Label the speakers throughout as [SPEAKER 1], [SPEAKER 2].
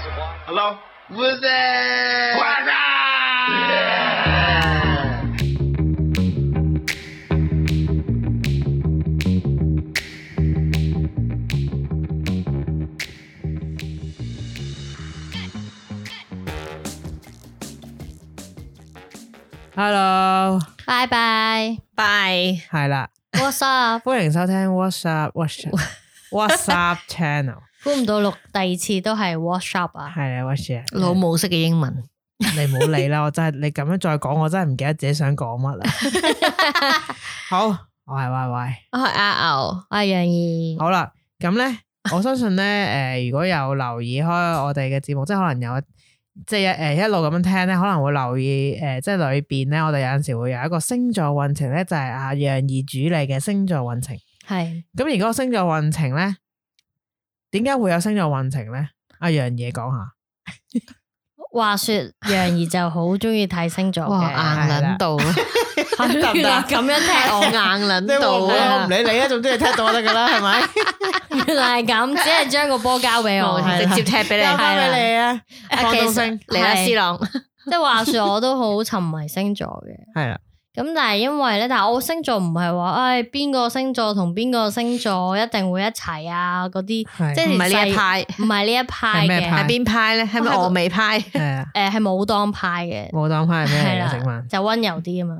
[SPEAKER 1] Hello?
[SPEAKER 2] What's that?
[SPEAKER 1] What's up?
[SPEAKER 3] Hello，
[SPEAKER 4] 拜拜
[SPEAKER 5] 拜
[SPEAKER 3] 系啦，
[SPEAKER 4] ，What's up？
[SPEAKER 3] 欢迎收听 What's Up What's Up What's Up Channel，
[SPEAKER 4] 估唔到錄第二次都係 What's up 啊！
[SPEAKER 3] 系啦，What's Up，
[SPEAKER 5] 老母式嘅英文，
[SPEAKER 3] 你唔好理啦，我真系你咁样再讲，我真系唔记得自己想讲乜啦。 好，我系 Y Y，
[SPEAKER 5] 我系啊阿牛，
[SPEAKER 4] 我係楊怡，
[SPEAKER 3] 好啦，咁咧，我相 信咧，诶，如果有留意开我哋嘅节目，即系可能有。即系诶一路咁樣聽咧，可能會留意诶、呃即係裏邊咧，我哋有陣時會有一個星座運程咧，就係阿楊怡主理嘅星座運程。
[SPEAKER 4] 係
[SPEAKER 3] 咁而嗰個星座運程咧，點解會有星座運程咧？阿楊嘢講下，
[SPEAKER 4] 話說楊怡就好中意睇星座
[SPEAKER 5] 哇
[SPEAKER 4] 嘅，
[SPEAKER 5] 硬捻到，
[SPEAKER 4] 係原來咁樣踢
[SPEAKER 5] 我
[SPEAKER 4] 我㗎，
[SPEAKER 5] 硬捻到
[SPEAKER 3] 我唔
[SPEAKER 5] 啊！
[SPEAKER 3] 理你啊，總之你聽到我得噶啦，係咪？ 哦
[SPEAKER 4] 原來係咁，只係將個波交俾我，
[SPEAKER 5] 直接踢俾你，
[SPEAKER 3] 交翻俾你啊，
[SPEAKER 4] 放到
[SPEAKER 5] 放到
[SPEAKER 4] 聲
[SPEAKER 5] 聲嚟啦，
[SPEAKER 4] 係
[SPEAKER 5] 斯朗，
[SPEAKER 4] 即係話說我都好沉迷星座嘅。
[SPEAKER 3] 係啦，
[SPEAKER 4] 咁但係因為咧，但係我星座唔係話，唉邊個星座同邊個星座一定會一齊啊嗰啲，
[SPEAKER 3] 係
[SPEAKER 4] 即係
[SPEAKER 5] 唔係呢一
[SPEAKER 4] 細
[SPEAKER 5] 派，
[SPEAKER 4] 唔係呢一派
[SPEAKER 3] 係咩
[SPEAKER 4] 嘅
[SPEAKER 3] 派，
[SPEAKER 5] 係邊派咧？係咪峨眉派？
[SPEAKER 3] 係啊，
[SPEAKER 4] 誒係武當派嘅，
[SPEAKER 3] 冇當翻係咩
[SPEAKER 4] 係
[SPEAKER 3] 嚟
[SPEAKER 4] 啦
[SPEAKER 3] 嘅？請問，
[SPEAKER 4] 就温柔啲啊嘛。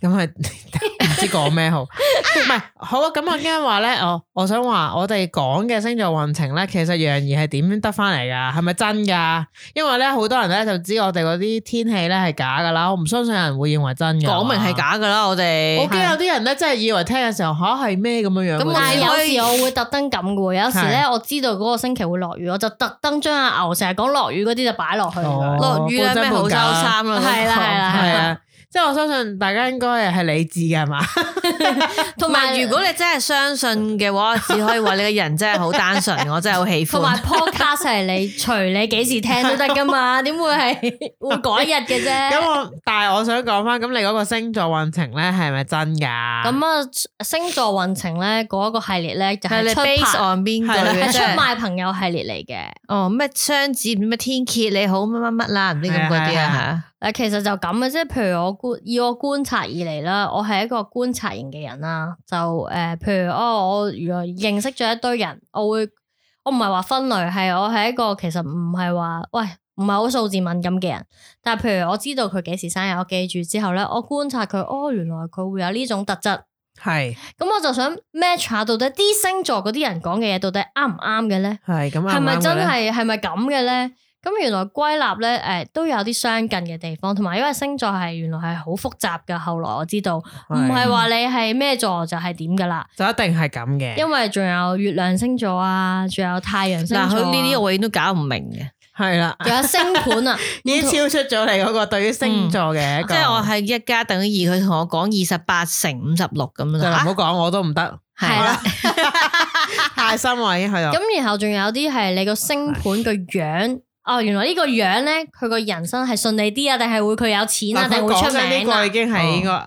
[SPEAKER 3] 咁係 唔知講咩好？唔係好啊，咁我啱啱話咧，我我想話我哋講嘅星座運程咧，其實楊怡係點得翻嚟㗎？係咪真㗎？因為咧好多人咧就知我哋嗰啲天氣咧係假㗎啦，我唔相信有人會認為真嘅。啊
[SPEAKER 5] 講明係假噶啦，我
[SPEAKER 3] 我
[SPEAKER 5] 哋
[SPEAKER 3] 驚有啲人咧真係以為聽嘅時候吓係咩咁樣樣
[SPEAKER 5] 咁
[SPEAKER 3] 嘅。
[SPEAKER 4] 但係
[SPEAKER 5] 我
[SPEAKER 4] 有
[SPEAKER 5] 哋
[SPEAKER 4] 時我會特登咁嘅喎，有時咧我知道嗰個星期會落雨，我就特登將阿牛成日講落雨嗰啲就擺落去㗎。
[SPEAKER 3] 哦
[SPEAKER 5] 落雨咧咩好收衫啦，
[SPEAKER 4] 係啦係啦
[SPEAKER 3] 係啊，即係我相信大家應該係理智嘅係 嘛，
[SPEAKER 5] 同埋，如果你真係相信嘅話，只可以話你個人真係好單純，我真係好喜
[SPEAKER 4] 同埋
[SPEAKER 5] 歡。
[SPEAKER 4] podcast 係你隨你幾時聽都得噶嘛， 點會係會改日嘅
[SPEAKER 3] 咁
[SPEAKER 4] 啫？
[SPEAKER 3] 我但係我想講翻，咁你嗰個星座運程咧係咪真
[SPEAKER 4] 咁
[SPEAKER 3] 㗎？
[SPEAKER 4] 啊，星座運程咧嗰一個系列咧就
[SPEAKER 5] 係
[SPEAKER 4] 係
[SPEAKER 5] 你
[SPEAKER 4] 出牌
[SPEAKER 5] base on 邊句
[SPEAKER 3] 係啦
[SPEAKER 5] 嘅
[SPEAKER 4] 係出
[SPEAKER 5] 啫？
[SPEAKER 4] 賣朋友系列嚟嘅。
[SPEAKER 5] 哦，咩雙子唔知咩天蝎你好乜乜乜啦，唔知咁嗰啲
[SPEAKER 3] 係啊係
[SPEAKER 5] 啊
[SPEAKER 4] 誒，其實就咁嘅，即係譬如我觀以我觀察以嚟啦，我係一個觀察型嘅人啦。就誒、呃譬如哦，我如果認識咗一堆人，我會我唔係話分類，係我係一個其實唔係話喂唔係好數字敏感嘅人。但係譬如我知道佢幾時生日，我記住之後咧，我觀察佢，哦，原來佢會有呢種特質。
[SPEAKER 3] 係
[SPEAKER 4] 咁我就想 match 下到底啲星座嗰啲人講嘅嘢到底啱唔啱嘅咧？
[SPEAKER 3] 係咁啱
[SPEAKER 4] 係
[SPEAKER 3] 唔啱
[SPEAKER 4] 咪
[SPEAKER 3] 嘅
[SPEAKER 4] 真
[SPEAKER 3] 咧
[SPEAKER 4] 係係咪咁嘅咧？咁原來歸納咧，誒、都有啲相近嘅地方，同埋因為星座係原來係好複雜嘅。後來我知道，唔係話你係咩座就係點噶啦，
[SPEAKER 3] 就一定係咁嘅，
[SPEAKER 4] 因為仲有月亮星座啊，仲有太陽星
[SPEAKER 5] 係
[SPEAKER 4] 座、
[SPEAKER 5] 啊。
[SPEAKER 4] 啊，
[SPEAKER 5] 嗱，佢 呢啲我永遠都搞唔明嘅。
[SPEAKER 3] 係啦，
[SPEAKER 4] 仲有星盤啊，
[SPEAKER 3] 已經超出咗你嗰個對於星座嘅一個
[SPEAKER 5] 即係我係一加等於二，佢同我講二十八乘五十六咁
[SPEAKER 3] 就唔
[SPEAKER 5] 啦
[SPEAKER 3] 好。講我都唔得，
[SPEAKER 4] 係啦。
[SPEAKER 3] 太深啦已經喺度。
[SPEAKER 4] 咁然後仲有啲係你個星盤個樣。哦，原來呢個樣咧，佢個人生係順利啲啊，定係會佢有錢啊，
[SPEAKER 3] 嗱
[SPEAKER 4] 定
[SPEAKER 3] 佢
[SPEAKER 4] 會
[SPEAKER 3] 講
[SPEAKER 4] 出
[SPEAKER 3] 緊呢
[SPEAKER 4] 名
[SPEAKER 3] 個
[SPEAKER 4] 啊
[SPEAKER 3] 已？經係應該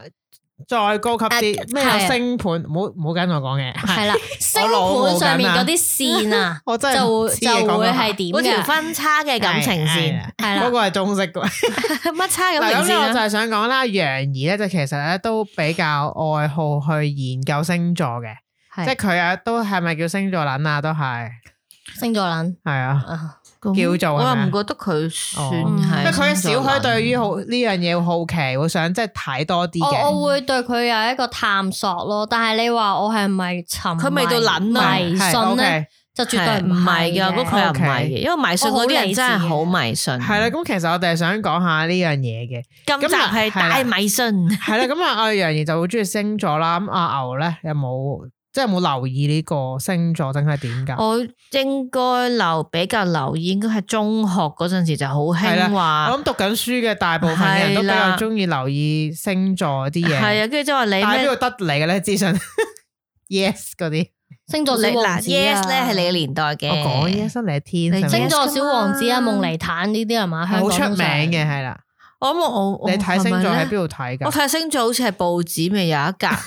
[SPEAKER 3] 再高級啲，咩
[SPEAKER 4] 係
[SPEAKER 3] 有
[SPEAKER 4] 啊
[SPEAKER 3] 星盤，唔好唔好跟我講嘢，係
[SPEAKER 4] 係啦，星
[SPEAKER 3] 老母
[SPEAKER 4] 盤上面
[SPEAKER 3] 緊啊，
[SPEAKER 4] 嗰啲線啊
[SPEAKER 3] 我真係
[SPEAKER 4] 就
[SPEAKER 3] 唔
[SPEAKER 4] 會
[SPEAKER 3] 知
[SPEAKER 4] 就
[SPEAKER 3] 嘅講
[SPEAKER 4] 會
[SPEAKER 3] 緊
[SPEAKER 4] 係點
[SPEAKER 5] 嗰條
[SPEAKER 4] 嘅？
[SPEAKER 5] 分叉嘅感情線，
[SPEAKER 4] 係
[SPEAKER 3] 嗰
[SPEAKER 4] 啦，
[SPEAKER 3] 個係中式嘅。
[SPEAKER 5] 乜叉
[SPEAKER 3] 嗱
[SPEAKER 5] 感
[SPEAKER 3] 咁
[SPEAKER 5] 情
[SPEAKER 3] 咧，我就
[SPEAKER 5] 線啊？
[SPEAKER 3] 係想講啦，楊怡咧就其實咧都比較愛好去研究星座嘅，即
[SPEAKER 4] 係
[SPEAKER 3] 係佢啊都係咪叫星座撚啊？都係
[SPEAKER 4] 星座撚
[SPEAKER 3] 係啊，
[SPEAKER 4] 啊，
[SPEAKER 3] 咁叫做
[SPEAKER 5] 我
[SPEAKER 3] 係
[SPEAKER 5] 又
[SPEAKER 3] 咪啊
[SPEAKER 5] 唔覺得佢算
[SPEAKER 4] 係
[SPEAKER 3] 即係
[SPEAKER 5] 係。
[SPEAKER 3] 佢小可對於好呢樣嘢會好奇，會想即係睇多啲
[SPEAKER 4] 我
[SPEAKER 3] 嘅。
[SPEAKER 4] 哦我會對佢有一個探索咯，但係你話我係咪沉迷？
[SPEAKER 5] 佢未到撚啊
[SPEAKER 4] 迷信咧，就絕對
[SPEAKER 5] 唔係
[SPEAKER 4] 係
[SPEAKER 5] 嘅，
[SPEAKER 4] 嘅
[SPEAKER 5] 不過佢又唔係
[SPEAKER 3] OK
[SPEAKER 5] 嘅，因為迷信嗰啲人真係好迷信。
[SPEAKER 3] 係啦，咁其實我哋係想講下呢樣嘢嘅，
[SPEAKER 5] 今集係大迷信，
[SPEAKER 3] 係啦，咁啊，阿楊怡就好中意星座啦，咁阿牛咧有冇即係有冇留意呢個星座定係點㗎？
[SPEAKER 5] 我應該留比較留意，應該係中學嗰陣時就好興話
[SPEAKER 3] 我，諗讀緊書嘅大部分嘅人都比
[SPEAKER 5] 係
[SPEAKER 3] 較
[SPEAKER 5] 啦
[SPEAKER 3] 中意留意星座啲嘢。
[SPEAKER 5] 係啊，跟住即係話你
[SPEAKER 3] 但係邊
[SPEAKER 5] 咩
[SPEAKER 3] 度得嚟嘅咧？資訊 yes 嗰啲，
[SPEAKER 4] 星座小
[SPEAKER 5] 你
[SPEAKER 4] 王
[SPEAKER 5] 嗱
[SPEAKER 4] 子啊
[SPEAKER 5] yes 咧係你嘅
[SPEAKER 4] 你
[SPEAKER 5] 年代嘅，
[SPEAKER 3] 我講 yes 你係天上
[SPEAKER 5] 你
[SPEAKER 4] 星
[SPEAKER 3] 面，
[SPEAKER 4] 座
[SPEAKER 5] yes
[SPEAKER 4] 小王子啊，
[SPEAKER 5] 㗎嘛
[SPEAKER 4] 夢妮坦呢啲係嘛？香
[SPEAKER 3] 好
[SPEAKER 4] 港
[SPEAKER 3] 出名
[SPEAKER 4] 通常
[SPEAKER 3] 嘅係啦。
[SPEAKER 5] 我諗我我
[SPEAKER 3] 你睇星座喺邊
[SPEAKER 5] 度？
[SPEAKER 3] 度睇
[SPEAKER 5] 我
[SPEAKER 3] 㗎？
[SPEAKER 5] 睇星座好似係報紙咪有一 格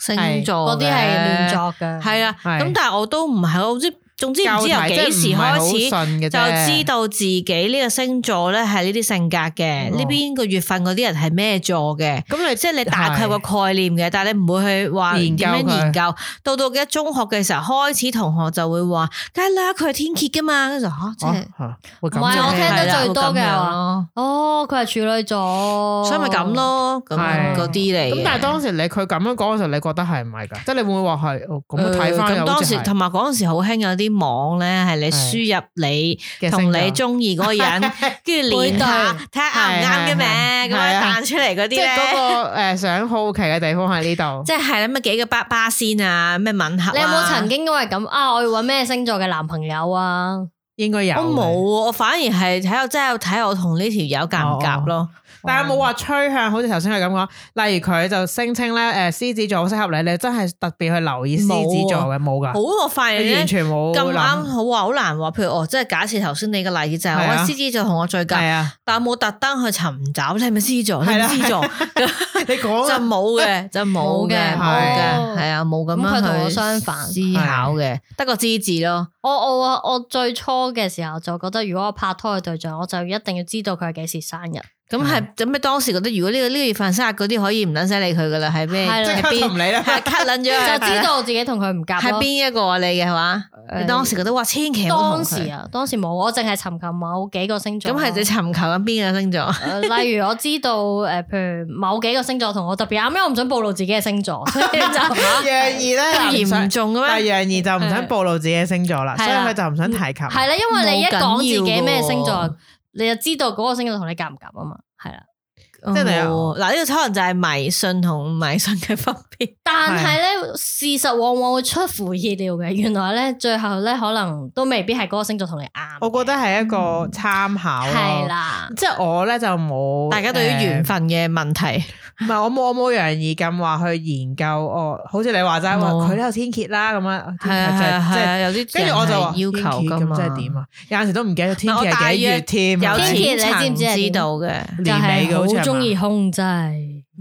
[SPEAKER 5] 星座
[SPEAKER 4] 嗰啲係亂
[SPEAKER 5] 嘅
[SPEAKER 4] 作嘅，
[SPEAKER 5] 係啊，
[SPEAKER 3] 係
[SPEAKER 5] 咁但係我都唔係，我唔知總之唔知由幾時開始。
[SPEAKER 3] 始
[SPEAKER 5] 就知道自己呢個星座咧係呢啲性格嘅，
[SPEAKER 3] 哦
[SPEAKER 5] 呢邊個月份嗰啲人係咩座嘅，
[SPEAKER 3] 咁你
[SPEAKER 5] 即係你大概有個概念嘅，但係你唔會去話
[SPEAKER 3] 研
[SPEAKER 5] 點
[SPEAKER 3] 究
[SPEAKER 5] 樣
[SPEAKER 3] 佢
[SPEAKER 5] 研究。到到嘅中學嘅時候開始，同學就會話：梗係啦，佢係天蠍噶嘛。跟住就嚇，即係
[SPEAKER 3] 啊會
[SPEAKER 4] 唔係
[SPEAKER 3] 咁
[SPEAKER 4] 我
[SPEAKER 3] 樣
[SPEAKER 4] 聽得
[SPEAKER 5] 係啦啊
[SPEAKER 4] 最多嘅
[SPEAKER 5] 會咁樣咯
[SPEAKER 4] 哦，佢係處女座，
[SPEAKER 5] 所以咪咁。咯，咁
[SPEAKER 3] 係
[SPEAKER 5] 嗰啲嚟嘅。
[SPEAKER 3] 咁但係當時你佢咁樣講嘅時候，你覺得係唔係㗎？即係你會唔會話係？哦咁樣
[SPEAKER 5] 誒
[SPEAKER 3] 睇翻
[SPEAKER 5] 呃咁
[SPEAKER 3] 又好
[SPEAKER 5] 當
[SPEAKER 3] 似
[SPEAKER 5] 時
[SPEAKER 3] 係
[SPEAKER 5] 同埋嗰陣時好興有啲網咧，係你輸入
[SPEAKER 3] 嘅
[SPEAKER 5] 你同
[SPEAKER 3] 星
[SPEAKER 5] 你
[SPEAKER 3] 座
[SPEAKER 5] 中意嗰個 人，跟住連下睇下啱唔啱嘅
[SPEAKER 3] 係係
[SPEAKER 5] 名，
[SPEAKER 3] 係
[SPEAKER 5] 咁樣
[SPEAKER 3] 啊
[SPEAKER 5] 彈出嚟嗰啲
[SPEAKER 3] 即係嗰
[SPEAKER 5] 咧。
[SPEAKER 3] 個誒想好奇嘅地方喺呢度。
[SPEAKER 5] 即係咁啊幾個巴巴仙啊，咩吻合啊
[SPEAKER 4] 你有冇曾？經因為咁啊？我要揾咩星座嘅男朋友啊？
[SPEAKER 3] 應該有
[SPEAKER 5] 我
[SPEAKER 3] 嘅
[SPEAKER 5] 冇，喎，我反而係睇我真係有睇我同呢條友夾唔夾咯。
[SPEAKER 3] 但係冇話趨向，好似頭先佢咁講。例如佢就聲稱咧，誒獅子座好適合你，你真係特別去留意獅子座嘅，冇㗎，
[SPEAKER 5] 啊好，我發現
[SPEAKER 3] 你哦
[SPEAKER 5] 咧
[SPEAKER 3] 完全冇
[SPEAKER 5] 咁啱，
[SPEAKER 3] 諗
[SPEAKER 5] 好啊話好難話。譬如哦我即係假設頭先你嘅例子就
[SPEAKER 3] 係
[SPEAKER 5] 係我
[SPEAKER 3] 啊
[SPEAKER 5] 獅子座同我最
[SPEAKER 3] 係
[SPEAKER 5] 夾，
[SPEAKER 3] 啊！
[SPEAKER 5] 但我冇特登去尋找你係咪獅子座，你係咪
[SPEAKER 3] 係啦
[SPEAKER 5] 獅子座。
[SPEAKER 3] 你講啊
[SPEAKER 5] 就
[SPEAKER 3] 啦
[SPEAKER 5] 冇嘅，就冇
[SPEAKER 4] 冇
[SPEAKER 5] 嘅，
[SPEAKER 4] 嘅
[SPEAKER 5] 冇嘅，
[SPEAKER 4] 哦
[SPEAKER 5] 係啊，冇咁
[SPEAKER 4] 咁佢
[SPEAKER 5] 樣
[SPEAKER 4] 同
[SPEAKER 5] 去
[SPEAKER 4] 我相反
[SPEAKER 5] 思考嘅，
[SPEAKER 3] 啊
[SPEAKER 5] 得個知字咯。
[SPEAKER 4] 我我我最初嘅時候就覺得，如果我拍拖嘅對象，我就一定要知道佢係幾時生日。
[SPEAKER 5] 咁係咁咩？當時覺得如果呢個呢個月份生日嗰啲可以唔撚使理佢噶啦，係咩？
[SPEAKER 4] 係啦
[SPEAKER 5] 係
[SPEAKER 3] 即刻就唔
[SPEAKER 5] 邊
[SPEAKER 3] 理啦。
[SPEAKER 5] 係啊 cut 撚咗 佢，
[SPEAKER 4] 就知道自己同佢唔夾
[SPEAKER 5] 係
[SPEAKER 4] 咯。
[SPEAKER 5] 邊一個啊你嘅係嘛？
[SPEAKER 4] 誒
[SPEAKER 5] 你當時覺得哇，千祈唔好同
[SPEAKER 4] 當
[SPEAKER 5] 佢
[SPEAKER 4] 時啊，當時冇，我淨係尋求某幾個星座。哦
[SPEAKER 5] 咁係你尋求緊邊個 星座？
[SPEAKER 4] 呃例如我知道誒、呃譬如某幾個星座同我特別啱，啊因為我唔想暴露自己嘅星 座，
[SPEAKER 3] 啊
[SPEAKER 4] 所以就
[SPEAKER 3] 楊怡咧
[SPEAKER 5] 咁
[SPEAKER 3] 又唔想
[SPEAKER 5] 嚴重嘅
[SPEAKER 3] 但
[SPEAKER 5] 咩？
[SPEAKER 3] 楊怡就唔想暴露自己嘅星座啦，所
[SPEAKER 4] 係
[SPEAKER 3] 以
[SPEAKER 4] 啦
[SPEAKER 3] 佢就唔想提及。
[SPEAKER 4] 係啦，因為你一講自己咩星
[SPEAKER 5] 冇緊要
[SPEAKER 4] 座
[SPEAKER 5] 喎，
[SPEAKER 4] 你就知道嗰個星座同你夾唔夾啊嘛，係啦。
[SPEAKER 5] 即
[SPEAKER 3] 係你啊
[SPEAKER 5] 哦嗱，呢個可能就係迷信同迷信嘅分別。
[SPEAKER 4] 但係咧，事實往往會出乎意料嘅，原來咧最後咧可能都未必係嗰個星座同你啱。
[SPEAKER 3] 我覺得係一個參考咯
[SPEAKER 4] 係啦，
[SPEAKER 3] 即係我咧就冇呃
[SPEAKER 5] 大家對於緣分嘅問題，
[SPEAKER 3] 誒唔係我冇我冇楊怡咁話去研究哦，好似你話齋話
[SPEAKER 5] 冇
[SPEAKER 3] 佢都有天蠍啦咁樣，
[SPEAKER 5] 係啊係啊
[SPEAKER 3] 即
[SPEAKER 5] 係
[SPEAKER 3] 係
[SPEAKER 5] 啊，有啲
[SPEAKER 3] 跟住我就話
[SPEAKER 5] 人係要求
[SPEAKER 3] 天
[SPEAKER 5] 噶
[SPEAKER 3] 蠍咁
[SPEAKER 5] 嘛。
[SPEAKER 3] 即係點啊？有陣時都唔記得咗天
[SPEAKER 5] 唔
[SPEAKER 3] 蠍
[SPEAKER 5] 係我大
[SPEAKER 3] 係幾月
[SPEAKER 5] 約
[SPEAKER 3] 添啊，
[SPEAKER 5] 有
[SPEAKER 4] 天
[SPEAKER 5] 錢
[SPEAKER 4] 蠍你知唔知係點
[SPEAKER 5] 知道嘅，
[SPEAKER 4] 就
[SPEAKER 3] 年尾
[SPEAKER 4] 係
[SPEAKER 3] 嘅好似係
[SPEAKER 4] 好
[SPEAKER 3] 嘛
[SPEAKER 4] 中意控制。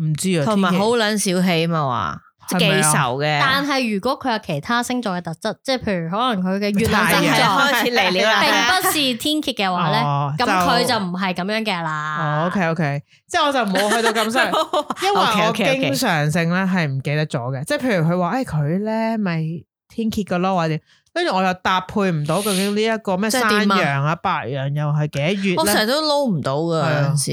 [SPEAKER 3] 唔知啊，
[SPEAKER 5] 同埋
[SPEAKER 3] 天蠍
[SPEAKER 5] 好撚小氣嘛話，即係
[SPEAKER 3] 係咪
[SPEAKER 5] 記
[SPEAKER 3] 啊
[SPEAKER 5] 仇嘅。
[SPEAKER 4] 但係如果佢有其他星座嘅特質，即係譬如可能佢嘅月亮
[SPEAKER 3] 太
[SPEAKER 5] 真
[SPEAKER 4] 星
[SPEAKER 5] 係
[SPEAKER 3] 陽
[SPEAKER 4] 座
[SPEAKER 5] 開始嚟了
[SPEAKER 4] 並
[SPEAKER 5] 啦，
[SPEAKER 4] 不是天蠍嘅話咧，
[SPEAKER 3] 哦
[SPEAKER 4] 咁佢
[SPEAKER 3] 就
[SPEAKER 4] 就唔係咁樣嘅啦。
[SPEAKER 3] 哦，OK OK，即係我就冇去到咁犀利。因為我
[SPEAKER 5] OK，OK，OK
[SPEAKER 3] 經常性咧係唔記得咗嘅，即係譬如佢話，誒佢咧咪天蝎嘅咯，或者跟住我又搭配唔到究竟呢一個咩
[SPEAKER 5] 即係
[SPEAKER 3] 山
[SPEAKER 5] 點啊
[SPEAKER 3] 羊啊、白羊又係幾多
[SPEAKER 5] 我
[SPEAKER 3] 月
[SPEAKER 5] 成
[SPEAKER 3] 咧，
[SPEAKER 5] 日都撈唔到噶
[SPEAKER 3] 係啊
[SPEAKER 5] 有陣時。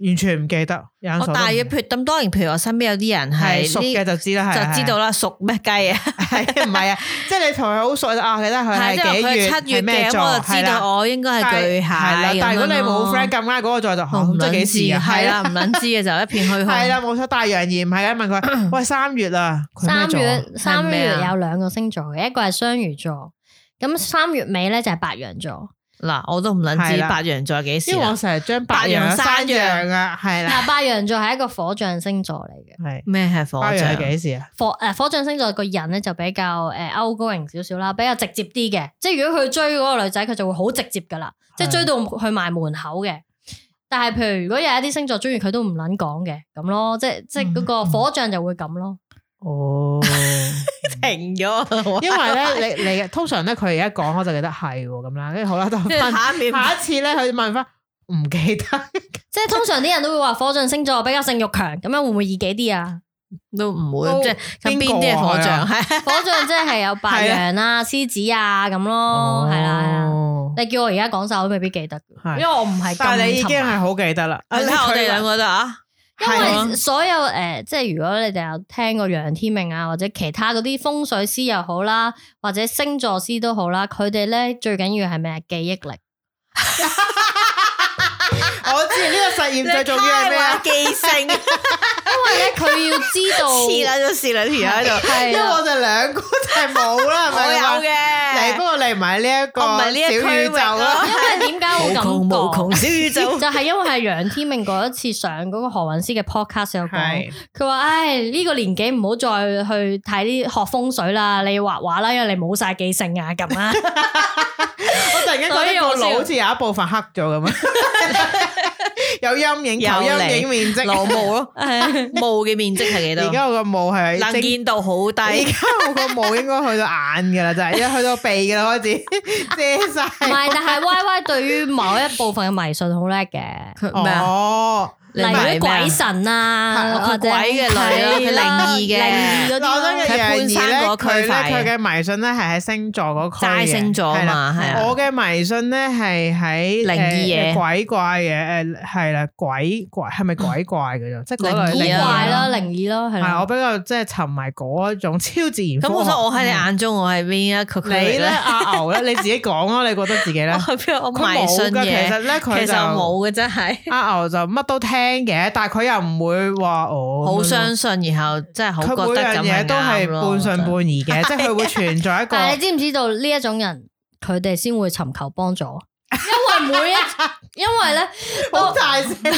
[SPEAKER 3] 完全唔記得。有陣
[SPEAKER 5] 我
[SPEAKER 3] 時
[SPEAKER 5] 大約
[SPEAKER 3] 都唔記
[SPEAKER 5] 譬如咁，當然譬如我身邊有啲人
[SPEAKER 3] 得係
[SPEAKER 5] 係
[SPEAKER 3] 熟嘅
[SPEAKER 5] 呢
[SPEAKER 3] 就知啦，係
[SPEAKER 5] 就知道，啦，熟咩雞啊？
[SPEAKER 3] 係 係唔 係啊？即係你同佢好熟就啊，記得佢係
[SPEAKER 5] 係即係
[SPEAKER 3] 幾
[SPEAKER 5] 佢
[SPEAKER 3] 月
[SPEAKER 5] 係七月
[SPEAKER 3] 係咩
[SPEAKER 5] 嘅，
[SPEAKER 3] 座，
[SPEAKER 5] 咁我就知
[SPEAKER 3] 係啦
[SPEAKER 5] 道我應該係巨蟹
[SPEAKER 3] 係啦
[SPEAKER 5] 咁樣咯。
[SPEAKER 3] 但係如果你冇 friend 咁啱嗰個座就
[SPEAKER 5] 我
[SPEAKER 3] 嚇
[SPEAKER 5] 唔
[SPEAKER 3] 咁即係
[SPEAKER 5] 撚
[SPEAKER 3] 幾
[SPEAKER 5] 知
[SPEAKER 3] 時啊？
[SPEAKER 5] 係
[SPEAKER 3] 係
[SPEAKER 5] 啦，
[SPEAKER 3] 啦
[SPEAKER 5] 唔。撚知嘅就一片虛 空。
[SPEAKER 3] 係啦，冇錯。但係楊怡唔係嘅，啊問 佢喂三月啊，佢咩
[SPEAKER 4] 三
[SPEAKER 3] 座啊
[SPEAKER 4] 月三
[SPEAKER 5] 咩
[SPEAKER 4] 月
[SPEAKER 5] 啊
[SPEAKER 4] 有兩個星座嘅，一個係雙魚座，咁三月尾咧就係白羊座。
[SPEAKER 5] 嗱，我都唔撚
[SPEAKER 3] 係
[SPEAKER 5] 知
[SPEAKER 3] 啦
[SPEAKER 5] 白羊座幾時啊
[SPEAKER 3] 因為我
[SPEAKER 5] 啦。
[SPEAKER 3] 成日將
[SPEAKER 5] 白
[SPEAKER 3] 白
[SPEAKER 5] 羊
[SPEAKER 3] 羊、山
[SPEAKER 5] 山羊
[SPEAKER 3] 羊啊，係啦，
[SPEAKER 4] 嗱，白羊座係一個火象星座嚟嘅，
[SPEAKER 3] 係
[SPEAKER 5] 咩係火
[SPEAKER 3] 白羊
[SPEAKER 5] 象？
[SPEAKER 3] 係幾時啊？
[SPEAKER 4] 火誒火象星座個人咧就比較誒 outgoing 少少啦，比較直接啲嘅，即係如果佢追嗰個女仔，佢就會好直接噶啦，即係追到去埋門口嘅。但係譬如如果有一啲星座中意佢都唔撚講嘅咁咯，即係即係嗰個火象就會咁咯。
[SPEAKER 3] 哦，
[SPEAKER 5] 停咗，
[SPEAKER 3] 因為咧，你你通常咧，佢而家講我就記得係喎咁啦，跟住好啦，都
[SPEAKER 5] 跟住
[SPEAKER 3] 問
[SPEAKER 5] 下一秒
[SPEAKER 3] 下一次咧，佢問翻唔記得，
[SPEAKER 4] 即係通常啲人都會話火象星座比較性欲強，咁樣會唔會易己啲 啊？
[SPEAKER 5] 都唔會，
[SPEAKER 3] 都
[SPEAKER 5] 即係咁
[SPEAKER 3] 邊
[SPEAKER 5] 邊啲係
[SPEAKER 3] 個啊
[SPEAKER 5] 火象？
[SPEAKER 4] 火象即係有白羊啊、獅子啊咁咯，係啦係啦。
[SPEAKER 3] 哦
[SPEAKER 4] 你叫我而家講晒，我都未必記得，因為
[SPEAKER 3] 係，
[SPEAKER 4] 我唔係
[SPEAKER 3] 但
[SPEAKER 4] 咁
[SPEAKER 3] 係你已經
[SPEAKER 4] 沉迷
[SPEAKER 3] 係好記得啦。
[SPEAKER 5] 你 睇我哋兩
[SPEAKER 3] 個
[SPEAKER 5] 個都啊，
[SPEAKER 4] 因為所有誒、呃即係如果你哋有聽過楊天命啊，或者其他嗰啲風水師又好啦，或者星座師都好啦，佢哋咧最緊要係咩？記憶力。
[SPEAKER 3] 我知呢個實驗最重要係咩啊？
[SPEAKER 5] 記性，
[SPEAKER 4] 因為咧佢要知 道，
[SPEAKER 5] 黐啦咗線啦條友喺度。
[SPEAKER 4] 係
[SPEAKER 3] 因為
[SPEAKER 4] 啦，
[SPEAKER 3] 我哋兩個就係冇啦，係
[SPEAKER 5] 我
[SPEAKER 3] 咪你話
[SPEAKER 5] 有嘅，
[SPEAKER 3] 你不過你唔係呢一個
[SPEAKER 5] 我唔係呢一
[SPEAKER 3] 小宇
[SPEAKER 5] 區域
[SPEAKER 3] 宙啦
[SPEAKER 5] 咯。
[SPEAKER 4] 因為點解會咁講？
[SPEAKER 5] 小宇
[SPEAKER 4] 就係因為係楊天命嗰一次上嗰個何韻詩嘅 podcast 有講，
[SPEAKER 3] 係
[SPEAKER 4] 佢話：唉，呢、個年紀唔好再去睇啲學風水啦，你要畫畫啦，因為你冇晒記性啊咁 啊。
[SPEAKER 3] 我突然間覺得個腦好似有一部分黑咗咁啊！有陰影，求陰影面積。
[SPEAKER 5] 流霧咯，霧嘅面積係幾
[SPEAKER 3] 而
[SPEAKER 5] 多？
[SPEAKER 3] 家我個毛係
[SPEAKER 5] 能見度好低，
[SPEAKER 3] 而家我個毛應該去到眼噶啦，就係一去到鼻噶啦 開始遮
[SPEAKER 4] 唔
[SPEAKER 3] 晒。
[SPEAKER 4] 係，但係 Y Y 對於某一部分嘅迷信好叻嘅，
[SPEAKER 5] 佢咩啊？
[SPEAKER 3] 哦，
[SPEAKER 4] 例
[SPEAKER 5] 你迷咩
[SPEAKER 4] 如
[SPEAKER 5] 啊
[SPEAKER 4] 鬼神啊，
[SPEAKER 5] 係
[SPEAKER 4] 或者
[SPEAKER 5] 佢鬼嘅女啦佢靈異嘅
[SPEAKER 4] 靈異嗰啲
[SPEAKER 3] 我覺得
[SPEAKER 4] 咯
[SPEAKER 5] 嘅
[SPEAKER 3] 嘅楊怡
[SPEAKER 5] 喺半
[SPEAKER 3] 咧
[SPEAKER 5] 山，
[SPEAKER 3] 佢
[SPEAKER 5] 嗰區
[SPEAKER 3] 咧
[SPEAKER 5] 塊
[SPEAKER 3] 佢嘅迷信咧係喺星座嗰區嘅
[SPEAKER 5] 齋星座啊
[SPEAKER 3] 係啦
[SPEAKER 5] 嘛，係啊，
[SPEAKER 3] 我嘅迷信咧係喺
[SPEAKER 5] 靈異嘢
[SPEAKER 3] 誒鬼怪嘢，誒係啦，鬼怪係咪鬼怪嘅 啫？即係嗰類
[SPEAKER 5] 靈
[SPEAKER 4] 古
[SPEAKER 5] 異
[SPEAKER 3] 靈
[SPEAKER 5] 啊
[SPEAKER 4] 怪
[SPEAKER 3] 異
[SPEAKER 4] 啦，靈異咯，係
[SPEAKER 3] 係我
[SPEAKER 4] 啦。
[SPEAKER 3] 比較即係沉迷嗰一種超自然。
[SPEAKER 5] 咁我想我喺你，眼中我係邊一個區
[SPEAKER 3] 你咧
[SPEAKER 5] 咧？
[SPEAKER 3] 阿牛咧，你自己講啊，你覺得自己咧
[SPEAKER 5] 我？係邊 個？我
[SPEAKER 3] 佢
[SPEAKER 5] 迷
[SPEAKER 3] 冇
[SPEAKER 5] 信
[SPEAKER 3] 㗎其實
[SPEAKER 5] 嘢，
[SPEAKER 3] 咧佢
[SPEAKER 5] 其實
[SPEAKER 3] 就
[SPEAKER 5] 我冇嘅真係。
[SPEAKER 3] 阿牛就乜都聽嘅，但係佢又唔會話哦我
[SPEAKER 5] 好相信，然後真係好
[SPEAKER 3] 佢
[SPEAKER 5] 覺
[SPEAKER 3] 每
[SPEAKER 5] 得
[SPEAKER 3] 樣
[SPEAKER 5] 咁
[SPEAKER 3] 嘢都
[SPEAKER 5] 係
[SPEAKER 3] 係
[SPEAKER 5] 啱咯
[SPEAKER 3] 半信
[SPEAKER 5] 我啊
[SPEAKER 3] 半疑嘅， 即係佢會存在一個。
[SPEAKER 4] 但係你知唔知道呢一種人，佢哋先會尋求 幫助？因為每一，因為咧，
[SPEAKER 5] 哦
[SPEAKER 3] 好大聲，
[SPEAKER 5] 覺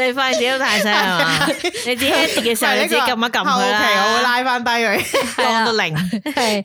[SPEAKER 5] 得你快自己太 聲係嘛？你自己 h 嘅時候，你自己撳一撳
[SPEAKER 3] 後
[SPEAKER 5] 佢
[SPEAKER 3] 期我會
[SPEAKER 5] 啦，
[SPEAKER 3] 拉翻低佢。
[SPEAKER 5] 降到零。
[SPEAKER 4] 係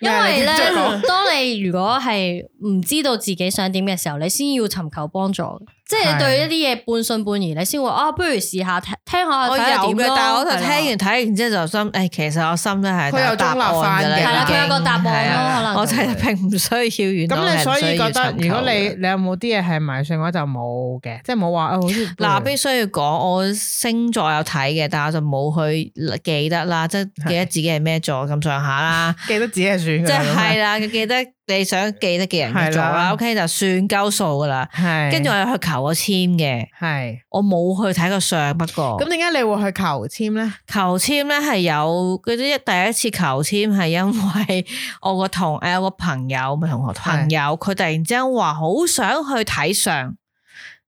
[SPEAKER 4] 因
[SPEAKER 5] 啊
[SPEAKER 4] 為
[SPEAKER 3] 你
[SPEAKER 4] 咧
[SPEAKER 3] 繼續講，
[SPEAKER 4] 當你如果係唔知道自己想點嘅時候，你先要尋求幫助，即係
[SPEAKER 3] 係
[SPEAKER 4] 你對一啲嘢半信半疑，你先會啊，不如試下聽聽下
[SPEAKER 5] 我有
[SPEAKER 4] 睇下點
[SPEAKER 5] 嘅
[SPEAKER 4] 咯，
[SPEAKER 5] 但係我就
[SPEAKER 4] 係啦
[SPEAKER 5] 聽完睇完之後就心，誒，其實我心咧係
[SPEAKER 3] 佢有
[SPEAKER 5] 有答
[SPEAKER 3] 中立
[SPEAKER 5] 案
[SPEAKER 3] 翻
[SPEAKER 5] 㗎
[SPEAKER 3] 嘅
[SPEAKER 4] 係
[SPEAKER 5] 啦
[SPEAKER 4] 啦，
[SPEAKER 5] 已經
[SPEAKER 4] 佢有個答案
[SPEAKER 5] 係啊
[SPEAKER 4] 咯，可能
[SPEAKER 5] 我
[SPEAKER 4] 就
[SPEAKER 5] 真係並唔需要原來
[SPEAKER 3] 咁你所
[SPEAKER 5] 我係唔需
[SPEAKER 3] 以
[SPEAKER 5] 要
[SPEAKER 3] 覺得，
[SPEAKER 5] 尋求
[SPEAKER 3] 如果你
[SPEAKER 5] 嘅
[SPEAKER 3] 你有冇啲嘢係迷信嘅話，就冇嘅，即係冇話哦，好似
[SPEAKER 5] 嗱，必須要講，我星座有睇嘅，但我就冇去記得啦，即係記得自己係咩座咁上下 啦。
[SPEAKER 3] 記得自己係算嘅，
[SPEAKER 5] 即係啦，記得你想記得嘅人嘅做
[SPEAKER 3] 係啦
[SPEAKER 5] 啦，OK 就算鳩數噶啦。
[SPEAKER 3] 係
[SPEAKER 5] 跟住我有去求個簽嘅，
[SPEAKER 3] 係。
[SPEAKER 5] 我冇去睇個相，不過
[SPEAKER 3] 咁點解你會去求簽咧？
[SPEAKER 5] 求簽咧係有嗰啲第一次求簽係因為我個同誒我個朋友咪同學朋友，佢突然之間話好想去睇相。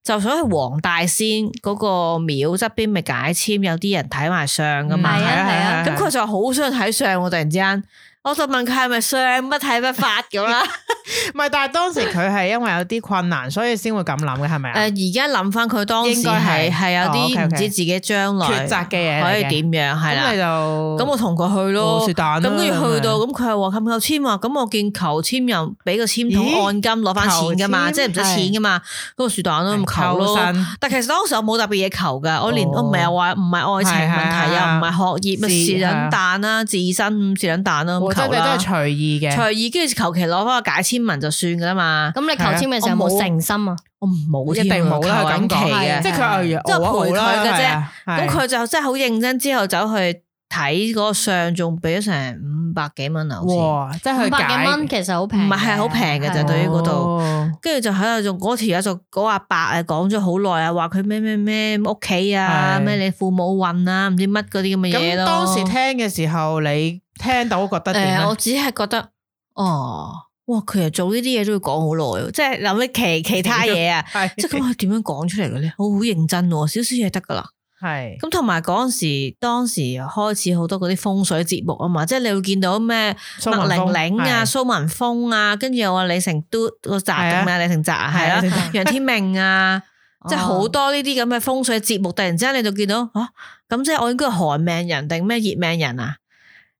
[SPEAKER 5] 就想去黃大仙嗰個廟側邊咪解簽，有啲人睇埋相噶
[SPEAKER 3] 嗯
[SPEAKER 5] 嘛
[SPEAKER 4] 係，啊係啊
[SPEAKER 5] 咁佢就話好想睇相喎，突然之間，我就問佢係咪相不睇不發 咁啦。
[SPEAKER 3] 唔係，但係當時佢係因為有啲困難，所以先會咁諗嘅，係咪
[SPEAKER 5] 誒
[SPEAKER 3] 啊？
[SPEAKER 5] 而家諗翻佢當時
[SPEAKER 3] 應該係
[SPEAKER 5] 係係有
[SPEAKER 3] 哦
[SPEAKER 5] 啲
[SPEAKER 3] ，OK，OK
[SPEAKER 5] 唔知自己將來
[SPEAKER 3] 抉擇嘅嘢嚟嘅
[SPEAKER 5] 可以點樣係
[SPEAKER 3] 咁你
[SPEAKER 5] 啦。
[SPEAKER 3] 就
[SPEAKER 5] 咁我同佢去
[SPEAKER 3] 哦
[SPEAKER 5] 咯，
[SPEAKER 3] 是但啦
[SPEAKER 5] 咁跟住去到
[SPEAKER 3] 咁
[SPEAKER 5] 咁佢又話冚唔夠簽啊，咁我見求簽啊又俾個簽
[SPEAKER 3] 咦
[SPEAKER 5] 筒按金攞翻錢噶
[SPEAKER 3] 求
[SPEAKER 5] 嘛，
[SPEAKER 3] 簽
[SPEAKER 5] 即係唔使錢噶嘛，咁我是但咯，咁求
[SPEAKER 3] 求
[SPEAKER 5] 咯。
[SPEAKER 3] 神
[SPEAKER 5] 但其實當時我冇特別嘢求噶，我連
[SPEAKER 3] 哦
[SPEAKER 5] 我唔係話唔係愛情問
[SPEAKER 3] 係係
[SPEAKER 5] 題
[SPEAKER 3] 係
[SPEAKER 5] 啊，唔係學業咪
[SPEAKER 3] 是
[SPEAKER 5] 是撚蛋啦，自身是撚蛋啦，
[SPEAKER 3] 我真
[SPEAKER 5] 咁求
[SPEAKER 3] 係真係
[SPEAKER 5] 啦。
[SPEAKER 3] 隨意嘅，
[SPEAKER 5] 隨意跟住求其攞翻個解簽文就算噶啦嘛，
[SPEAKER 4] 咁你求簽嘅時候有冇誠心啊？
[SPEAKER 5] 啊我冇
[SPEAKER 3] 一定冇啦，佢咁
[SPEAKER 5] 期嘅
[SPEAKER 3] 講，。即係佢又
[SPEAKER 5] 即係陪佢嘅啫咁
[SPEAKER 3] 咁
[SPEAKER 5] 佢就真係好認真，之後走去睇嗰個相，仲俾咗成五百幾蚊啊，好似唔
[SPEAKER 3] 哇，即係
[SPEAKER 4] 五
[SPEAKER 3] 佢
[SPEAKER 4] 百
[SPEAKER 3] 解
[SPEAKER 4] 幾蚊其實好平嘅，
[SPEAKER 5] 係係好平嘅
[SPEAKER 4] 係
[SPEAKER 5] 啫，
[SPEAKER 4] 啊
[SPEAKER 5] 對於嗰度。
[SPEAKER 3] 哦
[SPEAKER 5] 跟住就喺度仲嗰條友就嗰阿伯啊講咗好耐啊，話佢咩咩咩屋企啊，
[SPEAKER 3] 係
[SPEAKER 5] 咩你父母運啊，唔知乜嗰啲咁嘅嘢
[SPEAKER 3] 咁
[SPEAKER 5] 咯。
[SPEAKER 3] 當時聽嘅時候，你聽到覺得點啊
[SPEAKER 5] 誒，我
[SPEAKER 3] 咧？，
[SPEAKER 5] 只係覺得哦，哇，佢又做呢啲嘢都要講好耐喎，即係諗起其其他嘢啊
[SPEAKER 3] 係
[SPEAKER 5] 即係咁佢點樣講出嚟嘅咧？我好認真喎，少少嘢得噶啦。
[SPEAKER 3] 係
[SPEAKER 5] 咁同埋嗰陣時，當時開始好多嗰啲風水節目啊嘛，即係你會見到咩
[SPEAKER 3] 蘇
[SPEAKER 5] 麥
[SPEAKER 3] 文峰
[SPEAKER 5] 玲玲啊、
[SPEAKER 3] 係
[SPEAKER 5] 蘇文峰啊，跟住又話李成都個集
[SPEAKER 3] 係啊
[SPEAKER 5] 定咩李成澤啊，係
[SPEAKER 3] 係
[SPEAKER 5] 啦，
[SPEAKER 3] 啊
[SPEAKER 5] 楊天命 啊，即係好
[SPEAKER 4] 哦
[SPEAKER 5] 多呢啲咁嘅風水節目，突然之間你就見到啊，咁即係我應該係寒命人定咩熱命人啊？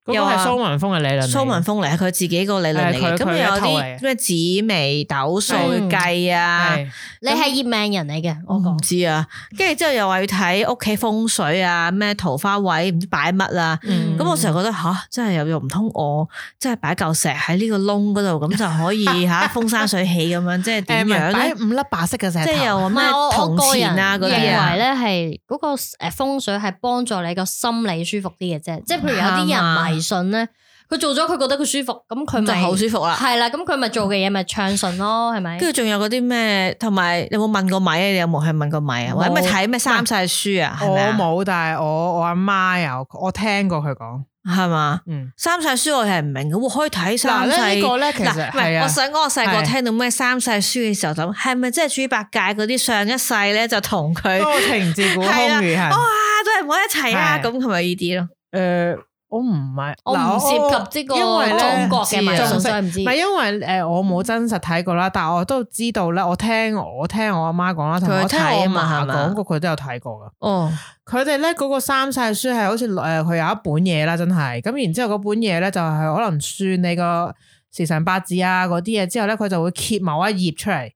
[SPEAKER 3] 嗰
[SPEAKER 5] 又
[SPEAKER 3] 個係
[SPEAKER 5] 話
[SPEAKER 3] 蘇文峰嘅理論嚟嘅，
[SPEAKER 5] 蘇文峰嚟，係佢自己個理論嚟
[SPEAKER 3] 係佢
[SPEAKER 5] 嘅，咁
[SPEAKER 3] 佢一
[SPEAKER 5] 又有
[SPEAKER 3] 套嚟嘅
[SPEAKER 5] 啲咩紫微斗數
[SPEAKER 4] 嗯
[SPEAKER 5] 計啊。
[SPEAKER 3] 係嗯
[SPEAKER 4] 你係葉命人嚟嘅，
[SPEAKER 5] 我
[SPEAKER 4] 我
[SPEAKER 5] 唔
[SPEAKER 4] 講。
[SPEAKER 5] 知啊，跟住之後又話要睇屋企風水啊，咩桃花位唔知擺乜啊，
[SPEAKER 4] 嗯
[SPEAKER 5] 咁我成日覺得吓，真係又又唔通我，真係擺嚿石喺呢個窿嗰度，咁就 可以吓風生水起咁樣，即係
[SPEAKER 3] 誒
[SPEAKER 5] 點
[SPEAKER 3] 唔
[SPEAKER 5] 樣
[SPEAKER 3] 係擺
[SPEAKER 5] 咧？
[SPEAKER 3] 五粒白色嘅石頭，
[SPEAKER 5] 即係又話
[SPEAKER 4] 唔
[SPEAKER 5] 咩
[SPEAKER 4] 係我我個
[SPEAKER 5] 銅
[SPEAKER 4] 人
[SPEAKER 5] 錢啊
[SPEAKER 4] 認
[SPEAKER 5] 嗰啲
[SPEAKER 4] 為
[SPEAKER 5] 啊，
[SPEAKER 4] 咧係嗰個誒風水係幫助你個心理舒服啲嘅啫，即係譬如有
[SPEAKER 5] 啱
[SPEAKER 4] 啲
[SPEAKER 5] 啊
[SPEAKER 4] 人迷信咧，佢做咗佢覺得佢舒服，咁佢
[SPEAKER 5] 就
[SPEAKER 4] 咪
[SPEAKER 5] 好舒服啦。
[SPEAKER 4] 係啦，咁佢咪做嘅嘢咪暢順咯，係咪？
[SPEAKER 5] 跟住仲有嗰啲咩，同埋你有冇問過米啊？你有冇去問過米啊？或者咪睇咩三世書啊？係
[SPEAKER 3] 我
[SPEAKER 5] 咪啊？
[SPEAKER 3] 冇，但係我我阿媽有，我聽過佢講，
[SPEAKER 5] 係嘛？
[SPEAKER 3] 嗯，
[SPEAKER 5] 三世書我係唔明嘅，哇可以睇
[SPEAKER 3] 嗱
[SPEAKER 5] 三
[SPEAKER 3] 咧呢
[SPEAKER 5] 世。
[SPEAKER 3] 個咧其
[SPEAKER 5] 嗱，
[SPEAKER 3] 實
[SPEAKER 5] 唔係
[SPEAKER 3] 係
[SPEAKER 5] 我
[SPEAKER 3] 啊。
[SPEAKER 5] 想講我細個
[SPEAKER 3] 係
[SPEAKER 5] 聽到咩三世書嘅時候就諗，係咪真係豬八戒嗰啲上一世咧就同佢
[SPEAKER 3] 多情自古空餘
[SPEAKER 5] 係
[SPEAKER 3] 恨
[SPEAKER 5] 啦。哇，都係冇一齊啊！
[SPEAKER 3] 哦係
[SPEAKER 5] 咁係咪呢啲咯？
[SPEAKER 3] 誒，呃我唔係，
[SPEAKER 4] 我
[SPEAKER 3] 嗱
[SPEAKER 4] 唔涉及呢個
[SPEAKER 3] 因為咧
[SPEAKER 4] 中國嘅迷
[SPEAKER 5] 知啊
[SPEAKER 4] 信，所以唔知
[SPEAKER 3] 唔。係因為誒我
[SPEAKER 4] 嗯
[SPEAKER 3] 冇真實睇過啦，但係我都知道咧，我聽我聽我阿媽講啦，同埋我
[SPEAKER 5] 佢
[SPEAKER 3] 聽
[SPEAKER 5] 睇
[SPEAKER 3] 我
[SPEAKER 5] 啊嘛
[SPEAKER 3] 阿
[SPEAKER 5] 係
[SPEAKER 3] 嫲
[SPEAKER 5] 嘛
[SPEAKER 3] 講過，佢都有睇過噶。
[SPEAKER 5] 哦，
[SPEAKER 3] 佢哋咧嗰個三世書呃係好似誒佢有一本嘢啦，真係咁然之後嗰本嘢咧就係可能算你個時辰八字啊嗰啲嘢之後咧，佢就會揭某一頁出嚟，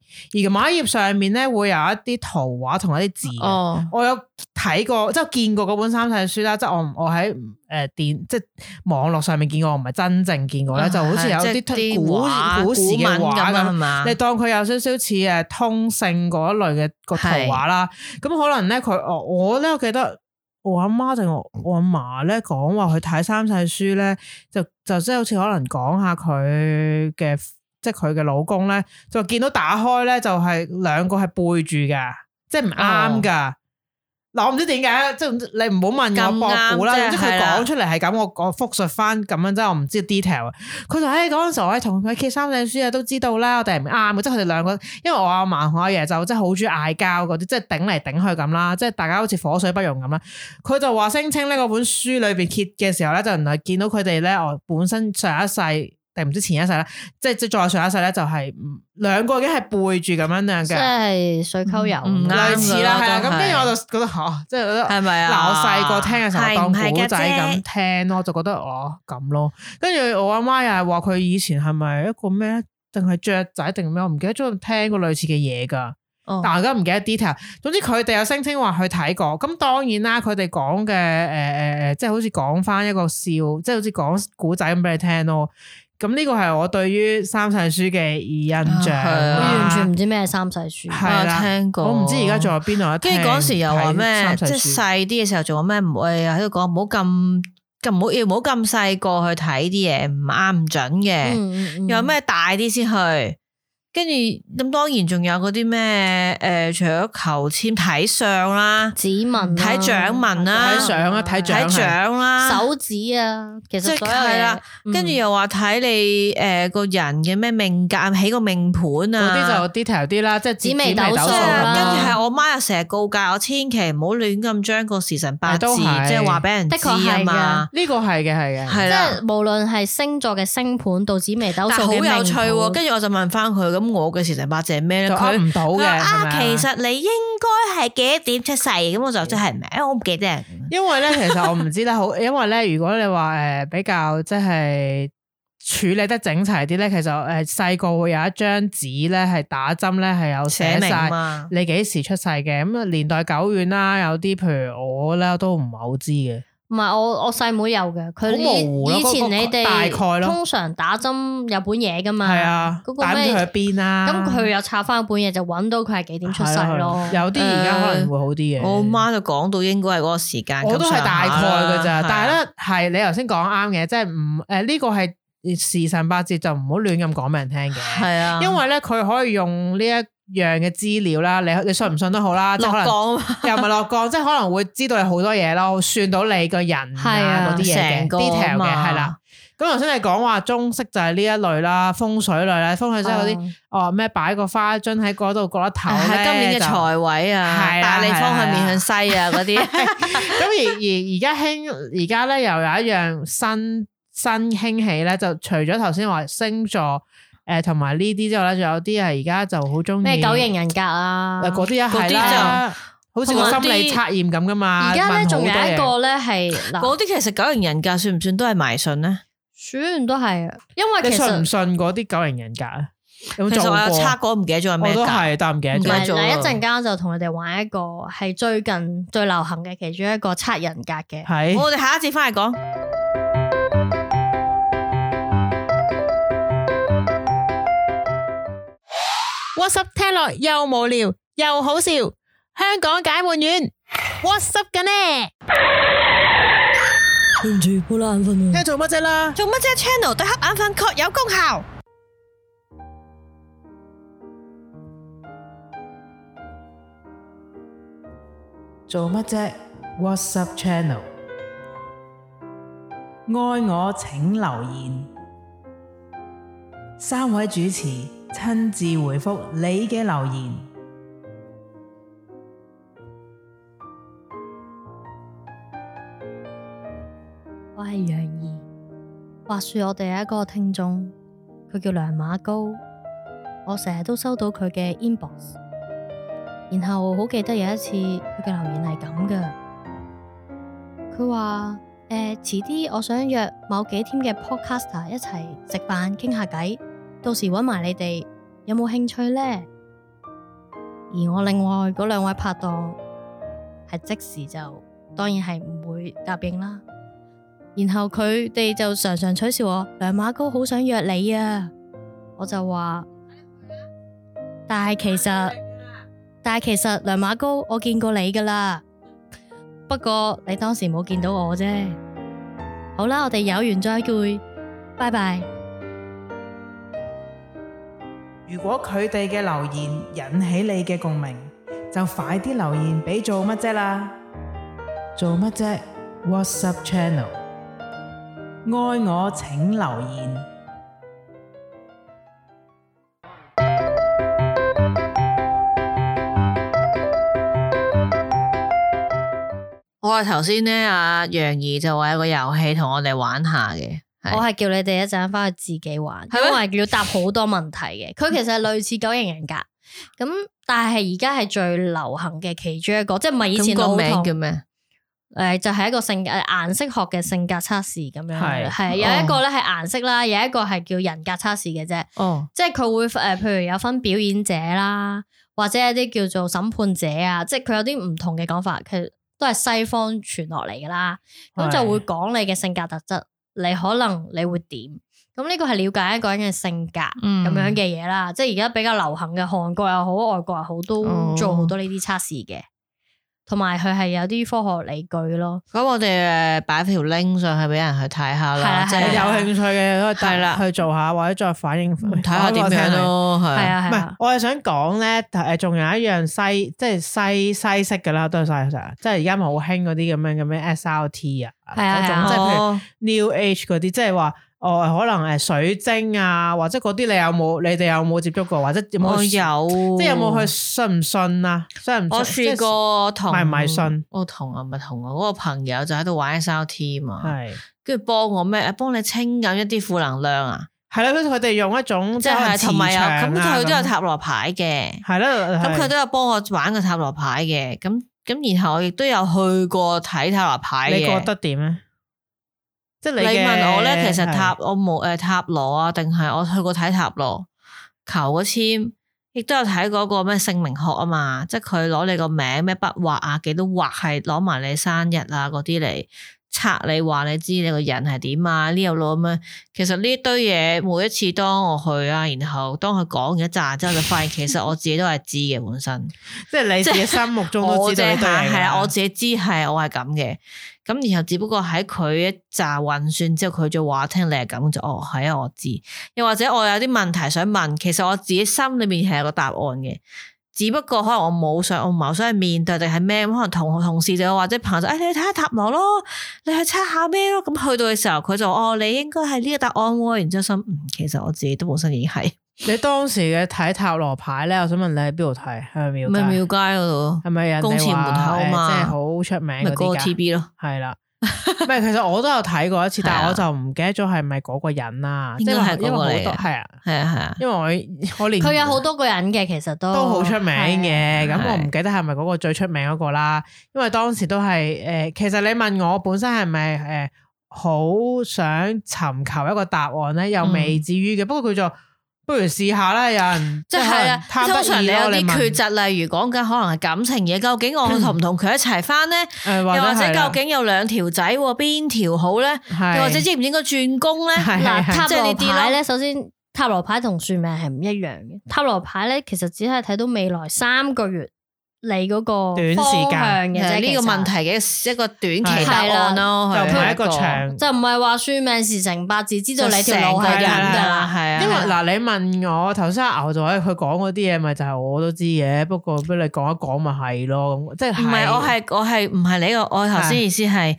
[SPEAKER 3] 而某一頁上面咧會有一啲圖畫同一啲字嘅。
[SPEAKER 5] 哦，
[SPEAKER 3] 我有睇過，即係見過嗰本三世書啦，即係我唔我喺誒電即係網絡上面見過，我唔係真正見過啦，就好似有
[SPEAKER 5] 啊係即係
[SPEAKER 3] 啲古古時
[SPEAKER 5] 古
[SPEAKER 3] 嘅畫
[SPEAKER 5] 文咁啊，係
[SPEAKER 3] 咁。
[SPEAKER 5] 嘛？
[SPEAKER 3] 你當佢有少少似誒通勝嗰一類嘅個圖畫啦，咁可能咧佢我我咧我記得我阿媽定我我阿嫲咧講話佢睇三世書咧，就就即係好似可能講下佢嘅即係佢嘅老公咧，就見到打開咧就係、兩個係背住㗎，即係唔啱㗎。嗱，我唔知點解，即係你唔好問我
[SPEAKER 5] 咁啱
[SPEAKER 3] 博估啦。
[SPEAKER 5] 啫
[SPEAKER 3] 總之佢
[SPEAKER 5] 係啦
[SPEAKER 3] 講出嚟係咁，我我復述翻咁樣，即係我唔知 detail 啊。佢就喺嗰陣時候，我喺同佢揭三隻書啊，都知道啦，我哋係唔啱嘅，即係佢哋兩個，因為我阿嫲同我阿爺就真係好中意嗌交嗰啲，即係頂嚟頂去咁啦，即係大家好似火水不容咁啦。佢就話聲稱呢嗰本書裏邊揭嘅時候咧，就原來見到佢哋咧，我本身上一世定唔知前一世啦，即係即係再上一世咧，就係唔兩個已經係背住咁樣樣
[SPEAKER 4] 即
[SPEAKER 3] 嘅，
[SPEAKER 4] 係水溝油
[SPEAKER 5] 唔嗯啱
[SPEAKER 3] 類
[SPEAKER 5] 㗎
[SPEAKER 3] 似啦，係啊。
[SPEAKER 5] 都
[SPEAKER 3] 咁
[SPEAKER 5] 係
[SPEAKER 3] 跟住我就覺得嚇，即係覺得。
[SPEAKER 5] 係咪啊？
[SPEAKER 3] 嗱，我細個聽嘅時候
[SPEAKER 5] 係
[SPEAKER 3] 當
[SPEAKER 5] 唔係㗎
[SPEAKER 3] 古仔咁
[SPEAKER 5] 啫
[SPEAKER 3] 聽咯，就覺得哦咁咯。跟住我阿媽又係話佢以前係咪一個咩，定係雀仔定咩？我唔記得咗有聽過類似嘅嘢㗎。
[SPEAKER 5] 哦
[SPEAKER 3] 但我而家唔記得 detail。總之佢哋有聲稱話去睇過。咁當然啦，佢哋講嘅誒誒誒，即係好似講翻一個笑，即係好似講古仔咁俾你聽咯。咁呢個係我對於三世書嘅印象
[SPEAKER 5] 啊係
[SPEAKER 4] 我
[SPEAKER 5] 啊
[SPEAKER 3] 啦。
[SPEAKER 4] 完全唔知咩係三世書。
[SPEAKER 3] 係
[SPEAKER 5] 我有
[SPEAKER 3] 啦
[SPEAKER 5] 哦聽過，
[SPEAKER 3] 我唔知而家仲有邊度有
[SPEAKER 5] 跟住
[SPEAKER 3] 聽
[SPEAKER 5] 嗰時又話咩，
[SPEAKER 3] 睇
[SPEAKER 5] 即
[SPEAKER 3] 三世
[SPEAKER 5] 係
[SPEAKER 3] 書
[SPEAKER 5] 細啲嘅時候仲有咩唔會喺度講唔好咁咁唔好要唔好咁細個去睇啲嘢唔啱唔準嘅，
[SPEAKER 4] 嗯
[SPEAKER 5] 又有？咩大啲先去。跟住咁當然仲有嗰啲咩誒，除咗求簽睇相啦、
[SPEAKER 4] 指紋啊啦
[SPEAKER 5] 睇掌紋啦
[SPEAKER 3] 睇相啊睇掌
[SPEAKER 5] 睇相啦、
[SPEAKER 4] 手指啊，其
[SPEAKER 5] 即
[SPEAKER 4] 實
[SPEAKER 5] 係
[SPEAKER 4] 所有嘢嗯
[SPEAKER 5] 係啦，
[SPEAKER 3] 嗯
[SPEAKER 5] 跟住又話睇你誒個人嘅咩命格，起個命盤
[SPEAKER 3] 嗰啲
[SPEAKER 5] 啊。
[SPEAKER 3] 就 detail 啲啦，即係
[SPEAKER 4] 紫微斗數
[SPEAKER 3] 數
[SPEAKER 5] 即係
[SPEAKER 4] 啦
[SPEAKER 5] 跟住
[SPEAKER 3] 啦。
[SPEAKER 5] 係我媽又成日告誡我，千祈唔好亂咁將個時辰八
[SPEAKER 3] 啊
[SPEAKER 5] 字，
[SPEAKER 3] 都
[SPEAKER 5] 即
[SPEAKER 3] 係
[SPEAKER 5] 係話俾人
[SPEAKER 4] 的
[SPEAKER 5] 知
[SPEAKER 4] 確
[SPEAKER 5] 啊
[SPEAKER 4] 係
[SPEAKER 5] 嘛。
[SPEAKER 3] 呢個係嘅，係嘅。
[SPEAKER 5] 係啊
[SPEAKER 4] 即
[SPEAKER 5] 啦
[SPEAKER 4] 係，無論係星座嘅星盤到紫微斗
[SPEAKER 5] 但
[SPEAKER 4] 數
[SPEAKER 5] 好
[SPEAKER 4] 嘅
[SPEAKER 5] 有趣喎。
[SPEAKER 4] 命盤
[SPEAKER 5] 跟住我就問翻佢，咁我嘅時辰八字係咩
[SPEAKER 3] 就
[SPEAKER 5] 咧？
[SPEAKER 3] 噏
[SPEAKER 5] 佢
[SPEAKER 3] 唔到
[SPEAKER 5] 佢
[SPEAKER 3] 嘅，係
[SPEAKER 5] 話
[SPEAKER 3] 咪
[SPEAKER 5] 啊，
[SPEAKER 3] 啊
[SPEAKER 5] 其實你應該係幾點出世？咁我就真係唔明，因為我唔記得。
[SPEAKER 3] 因為咧，其實我唔知啦，好，因為咧，如果你話誒比較即係處理得整齊啲咧，其實誒細個會有一張紙咧，係打針咧係有寫
[SPEAKER 5] 寫明啊
[SPEAKER 3] 晒
[SPEAKER 5] 嘛，
[SPEAKER 3] 你幾時出世嘅，咁啊年代久遠啦，有啲譬如我咧都唔係好知嘅，
[SPEAKER 4] 唔係我我細妹有嘅，佢
[SPEAKER 3] 好模糊咯
[SPEAKER 4] 以以
[SPEAKER 3] 嗰個
[SPEAKER 4] 前你哋
[SPEAKER 3] 大概咯
[SPEAKER 4] 通常打針有本嘢噶嘛，
[SPEAKER 3] 係啊
[SPEAKER 4] 嗰，個
[SPEAKER 3] 打咗
[SPEAKER 4] 咩
[SPEAKER 3] 去邊啦，
[SPEAKER 4] 咁佢又查翻本嘢就揾到佢係幾點出世
[SPEAKER 3] 係啊
[SPEAKER 4] 咯
[SPEAKER 3] 咯，有啲而家可能會好啲嘅。
[SPEAKER 5] 我媽就講到應該係嗰個時間咁
[SPEAKER 3] 我都係
[SPEAKER 5] 上
[SPEAKER 3] 大
[SPEAKER 5] 下啦。
[SPEAKER 3] 概嘅咋，但
[SPEAKER 5] 係啊
[SPEAKER 3] 係咧係你頭先講啱嘅，即係唔誒呢個係時辰八字就唔好亂咁講俾人聽嘅，
[SPEAKER 5] 係啊，
[SPEAKER 3] 因為咧佢可以用呢一樣嘅資料啦，你你信唔信都好啦，即係可能
[SPEAKER 5] 落降 啊
[SPEAKER 3] 又唔係落降，即係可能會知道你好多嘢咯，算到你個人
[SPEAKER 4] 係
[SPEAKER 3] 啊
[SPEAKER 4] 啊
[SPEAKER 3] 嗰啲嘢嘅
[SPEAKER 5] 成個
[SPEAKER 3] detail 嘅
[SPEAKER 5] 嘛
[SPEAKER 3] 係啦。咁頭先你講話中式就係呢一類啦，風水類啦，風水
[SPEAKER 4] 嗯
[SPEAKER 3] 即係嗰啲
[SPEAKER 4] 啲
[SPEAKER 3] 哦咩擺個花樽喺嗰度嗰一頭
[SPEAKER 5] 啊係
[SPEAKER 3] 咧
[SPEAKER 5] 今年嘅
[SPEAKER 3] 就
[SPEAKER 5] 財位啊，
[SPEAKER 3] 係啦
[SPEAKER 5] 大利
[SPEAKER 3] 係啦
[SPEAKER 5] 方向面向西啊嗰 啲。
[SPEAKER 3] 咁而而而家興而家咧又有一樣新新興起咧，就除咗頭先話星座誒同埋呢啲之外咧，仲有啲係而家就好中意
[SPEAKER 4] 咩九型人格啊，
[SPEAKER 3] 嗱嗰啲一係
[SPEAKER 5] 嗰
[SPEAKER 3] 啦，好似個心理測驗咁噶嘛。
[SPEAKER 4] 而家咧
[SPEAKER 3] 問好
[SPEAKER 4] 仲
[SPEAKER 3] 多
[SPEAKER 4] 有
[SPEAKER 3] 嘢
[SPEAKER 4] 一個咧係嗱，
[SPEAKER 5] 嗰啲其實九型人格算唔算都係迷信咧？
[SPEAKER 4] 選都係，因為
[SPEAKER 3] 你
[SPEAKER 4] 其
[SPEAKER 3] 信
[SPEAKER 4] 實
[SPEAKER 3] 唔信嗰啲九型人格啊？有冇
[SPEAKER 5] 其
[SPEAKER 3] 做
[SPEAKER 5] 實我有
[SPEAKER 3] 過？
[SPEAKER 5] 測過，唔記得咗係咩
[SPEAKER 3] 我都
[SPEAKER 5] 格。
[SPEAKER 3] 係，但唔記得
[SPEAKER 5] 唔
[SPEAKER 4] 唔
[SPEAKER 5] 記得
[SPEAKER 3] 咗。
[SPEAKER 4] 係
[SPEAKER 5] 咗
[SPEAKER 4] 嗱
[SPEAKER 5] 啊
[SPEAKER 4] 一陣間就同你哋玩一個係最近最流行嘅其中一個測人格嘅，
[SPEAKER 3] 係
[SPEAKER 5] 我哋下一節翻嚟講。
[SPEAKER 3] What's up？聽落又無聊又好笑，香港解悶丸 What's up 嘅呢？
[SPEAKER 4] 對唔住好眼瞓啊
[SPEAKER 3] 聽做乜啫啦？
[SPEAKER 5] 做乜啫？Channel 對黑眼瞓確有功效。
[SPEAKER 3] 做乜啫？What's up channel？愛我請留言，三位主持親自回覆你嘅留言。
[SPEAKER 4] 我係楊怡。話說我哋有一個聽眾，佢叫梁馬高，我成日都收到佢嘅 inbox，然後好記得有一次佢嘅留言係咁嘅，佢話誒诶，迟啲我想約某幾添嘅 podcaster 一齊食飯傾下偈，到時揾埋你哋有冇興趣呢？而我另外嗰兩位拍檔係即時就當然係唔會答應啦。然後佢哋就常常取笑我，梁馬高好想約你啊！我就話，但係其實。但系其實梁馬高，我見過你噶啦，不過你當時冇見到我啫。好啦，我哋有緣再會，拜拜。
[SPEAKER 1] 如果佢哋嘅留言引起你嘅共鳴，就快啲留言俾做乜啫啦！做乜啫？WhatsApp channel，愛我請留言。
[SPEAKER 5] 我話頭先咧，阿楊怡就話有個遊戲同我哋玩下嘅，係
[SPEAKER 4] 我係叫你哋一陣翻去自己玩，
[SPEAKER 5] 係咩
[SPEAKER 4] 因為要答好多問題嘅。佢其實係類似九型人格，咁但係而家係最流行嘅其中一個，即係唔係以前
[SPEAKER 5] 咁個
[SPEAKER 4] 老
[SPEAKER 5] 名
[SPEAKER 4] 唐
[SPEAKER 5] 叫咩？
[SPEAKER 4] 誒、就係、一個性誒顏色學嘅性格測試咁樣，
[SPEAKER 1] 係
[SPEAKER 4] 係有一個咧係顏色啦，有一個係叫人格測試嘅啫。
[SPEAKER 6] 哦，
[SPEAKER 4] 即係佢會誒、呃譬如有分表演者啦，或者有啲叫做審判者啊，即係佢有啲唔同嘅講法，佢都係西方傳落嚟噶啦，咁
[SPEAKER 1] 係
[SPEAKER 4] 就會講你嘅性格特質，你可能你會點，咁呢個係了解一個人嘅性格。
[SPEAKER 5] 嗯
[SPEAKER 4] 咁樣嘅嘢啦，即係而家比較流行嘅韓國又好，外國又好，
[SPEAKER 5] 哦
[SPEAKER 4] 都做好多呢啲測試嘅，同埋佢係有啲科學理據咯。
[SPEAKER 5] 咁我哋诶摆条 link 上去俾人去睇下
[SPEAKER 4] 係
[SPEAKER 5] 啦，
[SPEAKER 4] 啊
[SPEAKER 5] 即
[SPEAKER 4] 係
[SPEAKER 5] 係
[SPEAKER 4] 啊
[SPEAKER 5] 有
[SPEAKER 6] 有興趣嘅都
[SPEAKER 5] 係啦
[SPEAKER 6] 係去做下，或者再反映
[SPEAKER 5] 睇下點樣。咯，係
[SPEAKER 4] 係
[SPEAKER 5] 啊。
[SPEAKER 4] 啊
[SPEAKER 6] 唔
[SPEAKER 4] 係
[SPEAKER 6] 係
[SPEAKER 4] 啊，，
[SPEAKER 6] 我係想講咧，誒仲有一樣西，即係西西式嘅啦，都係西式，啊即係而家咪好興嗰啲咁樣咁樣 SRT 啊，
[SPEAKER 4] 係啊
[SPEAKER 6] 嗰
[SPEAKER 4] 係啊
[SPEAKER 6] 種即係譬如
[SPEAKER 5] 哦
[SPEAKER 6] New Age 嗰啲，即係話哦，可能誒水晶啊，或者嗰啲你有冇？你哋有冇接觸過？或者有冇
[SPEAKER 5] 我有，
[SPEAKER 6] 去
[SPEAKER 5] 即
[SPEAKER 6] 即係
[SPEAKER 5] 係
[SPEAKER 6] 有冇去？信唔信啊？信唔信？
[SPEAKER 5] 我
[SPEAKER 6] 即係
[SPEAKER 5] 試過同
[SPEAKER 6] 迷唔迷信？
[SPEAKER 5] 我同啊，唔係同我嗰個朋友就喺度玩 SRT 嘛，
[SPEAKER 6] 係
[SPEAKER 5] 跟住幫我咩？誒幫你清緊一啲負能量啊，
[SPEAKER 6] 係啦，佢佢哋用一種
[SPEAKER 5] 即
[SPEAKER 6] 係可能
[SPEAKER 5] 係同埋有咁
[SPEAKER 6] 嗯磁場啊
[SPEAKER 5] 佢都有塔羅牌嘅。
[SPEAKER 6] 係啦，
[SPEAKER 5] 咁佢
[SPEAKER 6] 係
[SPEAKER 5] 都有幫我玩個塔羅牌嘅，咁咁然後我亦都有去過睇塔羅牌嘅。
[SPEAKER 6] 你覺得點咧？即係
[SPEAKER 5] 啊你
[SPEAKER 6] 嘅
[SPEAKER 5] 問我咧，其實塔
[SPEAKER 6] 係
[SPEAKER 5] 我冇诶塔羅啊，定係我去過睇塔羅求個簽，亦都有睇嗰個咩姓名學啊嘛，即係佢攞你個名咩筆畫啊，幾多畫係攞埋你生日啊嗰啲嚟測你話你知你個人係點啊呢又攞咁樣。其實呢堆嘢每一次當我去啊，然後當佢講完一扎之後，就發現其實我自己都係知嘅本身。
[SPEAKER 6] 即係你自己心目中都
[SPEAKER 5] 我
[SPEAKER 6] 知道
[SPEAKER 5] 啫
[SPEAKER 6] 呢對
[SPEAKER 5] 嚇，
[SPEAKER 6] 嘢
[SPEAKER 5] 係啊，
[SPEAKER 6] 㗎
[SPEAKER 5] 我自己知係我係咁嘅，咁然後只不過喺佢一扎運算之後，佢再話聽你係咁就哦係啊，我知。又或者我有啲問題想問，其實我自己心裏面係有個答案嘅，只不過可能我冇想，我唔係好想去面對定係咩咁，可能同同事就或者朋友就誒、哎你去睇下塔羅咯，你去測下咩咯，咁去到嘅時候佢就哦你應該係呢個答案喎，然之後心嗯其實我自己都本身已經係
[SPEAKER 6] 你當時嘅睇塔羅牌咧，我想問你喺邊度睇？係咪廟
[SPEAKER 5] 咪
[SPEAKER 6] 街
[SPEAKER 5] 廟街嗰度
[SPEAKER 6] 係咪人
[SPEAKER 5] 公
[SPEAKER 6] 哋
[SPEAKER 5] 廁
[SPEAKER 6] 話
[SPEAKER 5] 門口啊
[SPEAKER 6] 誒
[SPEAKER 5] 嘛
[SPEAKER 6] 即係好出名
[SPEAKER 5] 咪
[SPEAKER 6] 嗰
[SPEAKER 5] 嗰個
[SPEAKER 6] 啲㗎
[SPEAKER 5] TB 咯，
[SPEAKER 6] 係啦。唔係，其實我都有睇過一 次，但
[SPEAKER 5] 係
[SPEAKER 6] 係
[SPEAKER 5] 啊
[SPEAKER 6] 我就唔記得咗係咪嗰個人啦。
[SPEAKER 5] 應該係
[SPEAKER 6] 即係
[SPEAKER 5] 嗰個嚟嘅
[SPEAKER 6] 因為好多係啊，
[SPEAKER 5] 係啊係啊。
[SPEAKER 6] 因為 我我連
[SPEAKER 4] 佢有好多個人嘅，其實都
[SPEAKER 6] 都好出名
[SPEAKER 4] 係啊。
[SPEAKER 6] 嘅，咁
[SPEAKER 5] 係
[SPEAKER 6] 我唔記得係咪嗰個最出名嗰個啦。因為當時都係誒、呃其實你問我本身係咪誒好想尋求一個答案咧，又未至於嘅。不過佢就不如試下啦，有人
[SPEAKER 5] 即係
[SPEAKER 6] 可能
[SPEAKER 5] 啦，
[SPEAKER 6] 貪
[SPEAKER 5] 通常
[SPEAKER 6] 得
[SPEAKER 5] 你
[SPEAKER 6] 意
[SPEAKER 5] 有
[SPEAKER 6] 咯
[SPEAKER 5] 啲
[SPEAKER 6] 問
[SPEAKER 5] 抉擇，例如講緊可能係感情嘢，究竟我同唔同佢一齊翻咧？
[SPEAKER 6] 誒
[SPEAKER 5] 又或
[SPEAKER 6] 係
[SPEAKER 5] 者
[SPEAKER 6] 啦
[SPEAKER 5] 究竟有兩條仔喎，邊條好咧？嗯
[SPEAKER 6] 係
[SPEAKER 5] 又或者應唔應該轉工咧？
[SPEAKER 6] 係
[SPEAKER 4] 嗱，
[SPEAKER 5] 係
[SPEAKER 4] 塔
[SPEAKER 5] 即係
[SPEAKER 4] 羅
[SPEAKER 5] 呢啲
[SPEAKER 4] 牌
[SPEAKER 5] 咯。
[SPEAKER 4] 咧，首先塔羅牌同算命係唔一樣嘅。塔羅牌咧，其實只係睇到未來三個月你嗰個
[SPEAKER 6] 短時間
[SPEAKER 4] 方向嘅啫。
[SPEAKER 5] 啊呢個
[SPEAKER 4] 其實
[SPEAKER 5] 問題嘅一個短期
[SPEAKER 6] 係
[SPEAKER 5] 答案咯，
[SPEAKER 6] 就唔係
[SPEAKER 5] 係
[SPEAKER 6] 一個長。
[SPEAKER 4] 就唔係話算命時成八字知道你條路係
[SPEAKER 5] 就成個
[SPEAKER 4] 點
[SPEAKER 5] 人
[SPEAKER 4] 㗎
[SPEAKER 5] 㗎啦
[SPEAKER 4] 啦。
[SPEAKER 5] 係啊
[SPEAKER 6] 因為嗱，你問我頭先阿牛就喺佢講嗰啲嘢，咪就係我都知嘅。不過俾你講一講咪係咯，咁即係
[SPEAKER 5] 唔係我係我係唔係你個？我頭先意思係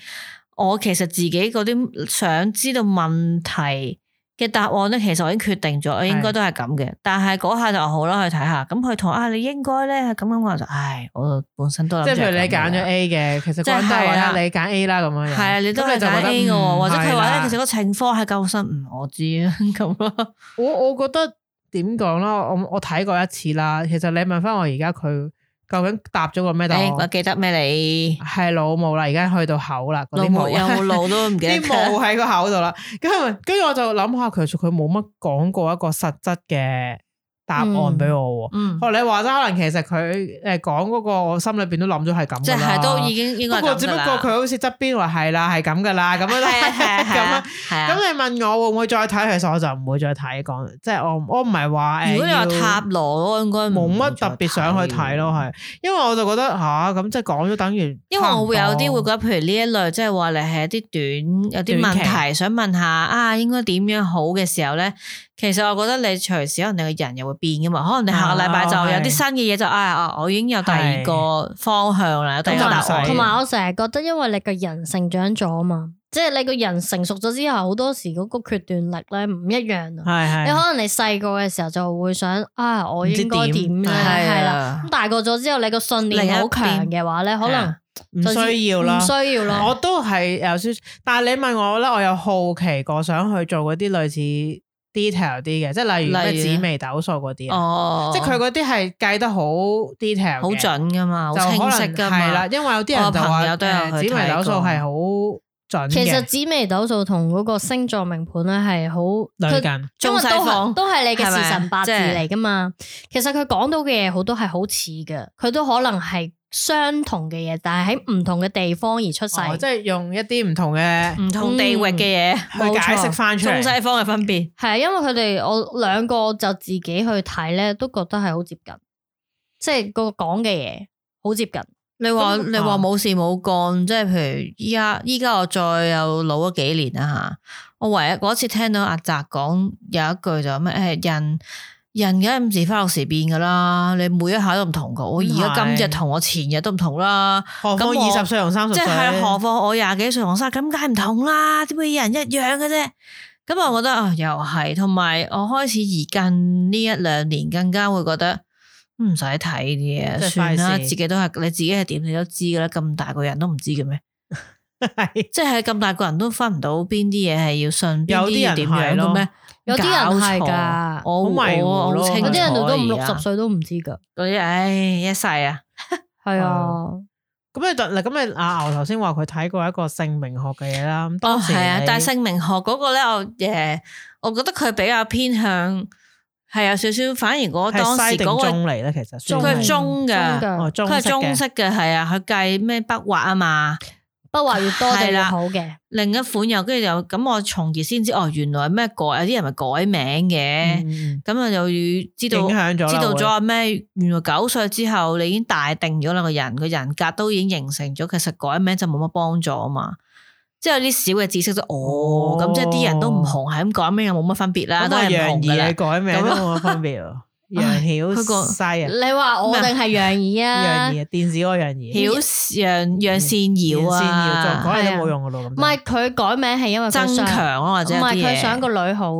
[SPEAKER 5] 我其實自己嗰啲想知道問題嘅答案咧，其實我已經決定咗，我應該都係咁嘅。但係嗰下就哦好啦，去睇下。咁佢同我啊，你應該咧係咁咁，我就唉，我本身都諗
[SPEAKER 6] 即係
[SPEAKER 5] 住
[SPEAKER 6] 譬如你
[SPEAKER 5] 係咁
[SPEAKER 6] 揀
[SPEAKER 5] 嘅
[SPEAKER 6] 咗 A 嘅，其實
[SPEAKER 5] 即係
[SPEAKER 6] 嗰人都係
[SPEAKER 5] 係啦
[SPEAKER 6] 話你揀 A 啦咁樣樣。
[SPEAKER 5] 系啊，你都
[SPEAKER 6] 咁
[SPEAKER 5] 係
[SPEAKER 6] 就覺
[SPEAKER 5] 揀
[SPEAKER 6] 得
[SPEAKER 5] A 嘅喎，
[SPEAKER 6] 嗯
[SPEAKER 5] 或者佢話
[SPEAKER 6] 係啦
[SPEAKER 5] 咧，其實個情況係救生，嗯，我知啊，咁咯，
[SPEAKER 6] 我我覺得點講啦，我我睇過一次啦。其實你問翻我而家佢究竟搭咗個咩
[SPEAKER 5] 誒我
[SPEAKER 6] 檔？
[SPEAKER 5] 記得咩你？
[SPEAKER 6] 係老母啦，而家去到口啦，嗰
[SPEAKER 5] 老
[SPEAKER 6] 啲
[SPEAKER 5] 母
[SPEAKER 6] 毛
[SPEAKER 5] 有冇路都唔記得
[SPEAKER 6] 啲毛啊喺個口度啦。咁咪跟住我就諗下，其實佢冇乜講過一個實質嘅答案俾我喎。
[SPEAKER 5] 嗯，
[SPEAKER 6] 學你話齋，可能其實佢誒講嗰個，我心裏邊都諗咗係咁㗎
[SPEAKER 5] 即
[SPEAKER 6] 啦。
[SPEAKER 5] 係都已經應該
[SPEAKER 6] 不過
[SPEAKER 5] 係
[SPEAKER 6] 只
[SPEAKER 5] 咁
[SPEAKER 6] 不
[SPEAKER 5] 㗎啦
[SPEAKER 6] 過佢好似側邊話係啦，係咁 噶啦，咁樣啦，
[SPEAKER 5] 係啊係啊係
[SPEAKER 6] 咁
[SPEAKER 5] 啊
[SPEAKER 6] 啊。
[SPEAKER 5] 係啊。
[SPEAKER 6] 咁你問我會唔會再睇？其實我就唔會再睇講，即係我我唔係話誒。
[SPEAKER 5] 如果你話
[SPEAKER 6] 要
[SPEAKER 5] 塔羅，應該
[SPEAKER 6] 哎冇乜特別想去睇咯，係因為我就覺得吓咁即係講咗等於
[SPEAKER 5] 因為我會有啲會覺得，
[SPEAKER 6] 覺
[SPEAKER 5] 譬如呢一類，即係話你係一啲短有啲
[SPEAKER 6] 短
[SPEAKER 5] 問
[SPEAKER 6] 期
[SPEAKER 5] 題想問下啊，應該點樣好嘅時候咧，其實我覺得你隨時可能你個人又會變噶嘛，可能你下個禮拜就
[SPEAKER 6] 啊
[SPEAKER 5] 有
[SPEAKER 6] 係
[SPEAKER 5] 啲新嘅嘢就啊啊，我已經有第二個方向啦，有第二個答
[SPEAKER 6] 咁就唔
[SPEAKER 5] 案
[SPEAKER 6] 使
[SPEAKER 4] 同埋我成日覺得，因為你個人成長咗啊嘛，即係你個人成熟咗之後，好多時嗰個決斷力咧唔一樣啊。
[SPEAKER 6] 係係
[SPEAKER 4] 你可能你細個嘅時候就會想啊，我
[SPEAKER 6] 唔知
[SPEAKER 4] 應該點咧？
[SPEAKER 6] 點
[SPEAKER 4] 係
[SPEAKER 5] 係
[SPEAKER 4] 啦。
[SPEAKER 5] 啦
[SPEAKER 4] 咁。大個咗之後，你個信
[SPEAKER 5] 另一
[SPEAKER 4] 念好強嘅話咧，可
[SPEAKER 5] 係
[SPEAKER 4] 能
[SPEAKER 5] 啊
[SPEAKER 6] 唔需要啦
[SPEAKER 4] 唔。需要咯。
[SPEAKER 6] 我都係啊有少，但係你問我咧，我有好奇過想去做嗰啲類似 detail 啲嘅，即係例如咩
[SPEAKER 5] 例如咧
[SPEAKER 6] 紫微斗數嗰啲啊，
[SPEAKER 5] 哦，
[SPEAKER 6] 即係佢嗰啲係計得好 detail，嘅
[SPEAKER 5] 好準噶嘛，好
[SPEAKER 6] 就可
[SPEAKER 5] 清
[SPEAKER 6] 能
[SPEAKER 5] 晰噶
[SPEAKER 6] 係
[SPEAKER 5] 嘛
[SPEAKER 6] 啦，。因為有啲人就
[SPEAKER 5] 我
[SPEAKER 6] 話
[SPEAKER 5] 朋友都有去
[SPEAKER 6] 誒紫微斗數係好準
[SPEAKER 4] 其實
[SPEAKER 6] 嘅，
[SPEAKER 4] 紫微斗數同嗰個星座命盤咧係好
[SPEAKER 6] 類
[SPEAKER 4] 佢
[SPEAKER 6] 近
[SPEAKER 4] 因
[SPEAKER 5] 中
[SPEAKER 4] 為
[SPEAKER 5] 西
[SPEAKER 4] 啊都
[SPEAKER 5] 方
[SPEAKER 4] 係都係你嘅
[SPEAKER 5] 係咪啊
[SPEAKER 4] 時辰八字
[SPEAKER 5] 即係
[SPEAKER 4] 嚟噶嘛。其實佢講到嘅嘢好多係好似嘅，佢都可能係相同嘅嘢，但係喺唔同嘅地方而出世。
[SPEAKER 6] 哦即係用一啲唔同嘅
[SPEAKER 5] 唔同地域嘅嘢，
[SPEAKER 6] 嗯去解釋翻出
[SPEAKER 5] 中
[SPEAKER 6] 嚟。
[SPEAKER 5] 西方嘅分別。
[SPEAKER 4] 係，啊因為佢哋我兩個就自己去睇咧，都覺得係好接近，即係個講嘅嘢好接近。
[SPEAKER 5] 你話
[SPEAKER 6] 咁
[SPEAKER 5] 你話冇事冇幹，即係譬如依家依家我再又老咗幾年啦吓，我唯一嗰次聽到阿澤講有一句就咩誒人人梗係五時花六時變噶啦，你每一下都唔同噶，我而家今日同我前日都唔同啦，
[SPEAKER 6] 何況
[SPEAKER 5] 咁我
[SPEAKER 6] 二十歲同
[SPEAKER 4] 哦
[SPEAKER 6] 三十
[SPEAKER 5] 即
[SPEAKER 6] 歲，
[SPEAKER 5] 係何況我廿幾歲同生，咁梗係唔同啦，點會人一樣嘅啫？咁我覺得啊，又係，同埋我開始而近呢一兩年更加會覺得唔使睇啲嘢，
[SPEAKER 6] 即係
[SPEAKER 5] 算啦，
[SPEAKER 6] 費事
[SPEAKER 5] 自己都係你自己係點你都知噶啦，咁大個人都唔知嘅咩？
[SPEAKER 6] 係
[SPEAKER 5] 即係咁大個人都分唔到邊啲嘢係要信，邊
[SPEAKER 6] 有啲
[SPEAKER 5] 啲要
[SPEAKER 6] 人
[SPEAKER 5] 點樣嘅咩
[SPEAKER 6] 係？
[SPEAKER 4] 有啲人係
[SPEAKER 5] 搞
[SPEAKER 4] 㗎
[SPEAKER 5] 錯我
[SPEAKER 6] 好迷糊
[SPEAKER 5] 我我
[SPEAKER 6] 咯
[SPEAKER 5] 好清
[SPEAKER 4] 有
[SPEAKER 5] 楚
[SPEAKER 4] 啲人到都五六
[SPEAKER 5] 而
[SPEAKER 4] 十
[SPEAKER 5] 家
[SPEAKER 4] 歲都唔知㗎，
[SPEAKER 5] 嗰啲，唉，一世啊，
[SPEAKER 4] 係啊
[SPEAKER 6] 哦。咁你就嗱咁你阿牛頭先話佢睇過一個姓名學嘅嘢啦，咁
[SPEAKER 5] 哦，
[SPEAKER 6] 當時
[SPEAKER 5] 係啊，
[SPEAKER 6] 你
[SPEAKER 5] 但係姓名學嗰個咧，我誒，我覺得佢比較偏向係有少少，反而我
[SPEAKER 6] 係
[SPEAKER 5] 當
[SPEAKER 6] 西
[SPEAKER 5] 時
[SPEAKER 6] 定
[SPEAKER 5] 嗰
[SPEAKER 6] 中
[SPEAKER 5] 個
[SPEAKER 6] 嚟咧，其實
[SPEAKER 5] 佢係中
[SPEAKER 4] 㗎
[SPEAKER 5] 嘅，
[SPEAKER 6] 哦中
[SPEAKER 5] 佢係中
[SPEAKER 6] 中
[SPEAKER 5] 式嘅，係啊，佢計咩筆畫啊嘛，
[SPEAKER 4] 筆畫越多就
[SPEAKER 5] 係啊
[SPEAKER 4] 越
[SPEAKER 5] 啦
[SPEAKER 4] 好嘅，
[SPEAKER 5] 另一款又跟住又咁，我從而先知哦，原來咩改有啲人咪改名嘅，
[SPEAKER 6] 影
[SPEAKER 5] 咁啊又要知道。
[SPEAKER 6] 嗯響咗啦
[SPEAKER 5] 知道咗
[SPEAKER 6] 會
[SPEAKER 5] 啊咩？原來九歲之後你已經大定咗啦，個人個人格都已經形成咗，其實改名就冇乜幫助啊嘛。即係有啲小嘅知識就哦，咁、即係啲人都唔紅，係咁改名又冇乜分別啦，
[SPEAKER 6] 咁
[SPEAKER 5] 都
[SPEAKER 6] 啊
[SPEAKER 5] 係
[SPEAKER 6] 楊
[SPEAKER 5] 唔紅
[SPEAKER 6] 怡
[SPEAKER 5] 噶啦
[SPEAKER 6] 你。改名
[SPEAKER 5] 咁
[SPEAKER 6] 都
[SPEAKER 5] 啊
[SPEAKER 6] 冇乜分別喎，楊曉
[SPEAKER 5] 佢個
[SPEAKER 6] 西啊，
[SPEAKER 4] 你話我定係楊怡啊
[SPEAKER 6] 楊？怡啊，電視嗰個楊怡，
[SPEAKER 5] 曉楊楊善瑤
[SPEAKER 6] 楊善
[SPEAKER 5] 啊，
[SPEAKER 6] 瑤再改
[SPEAKER 4] 係
[SPEAKER 6] 都
[SPEAKER 4] 啊
[SPEAKER 6] 冇用噶咯，咁
[SPEAKER 4] 唔係佢改名係因為佢
[SPEAKER 5] 增
[SPEAKER 4] 想
[SPEAKER 5] 強啊
[SPEAKER 4] 唔
[SPEAKER 5] 咯，或者有啲
[SPEAKER 4] 係佢想個
[SPEAKER 5] 嘢。
[SPEAKER 4] 女好。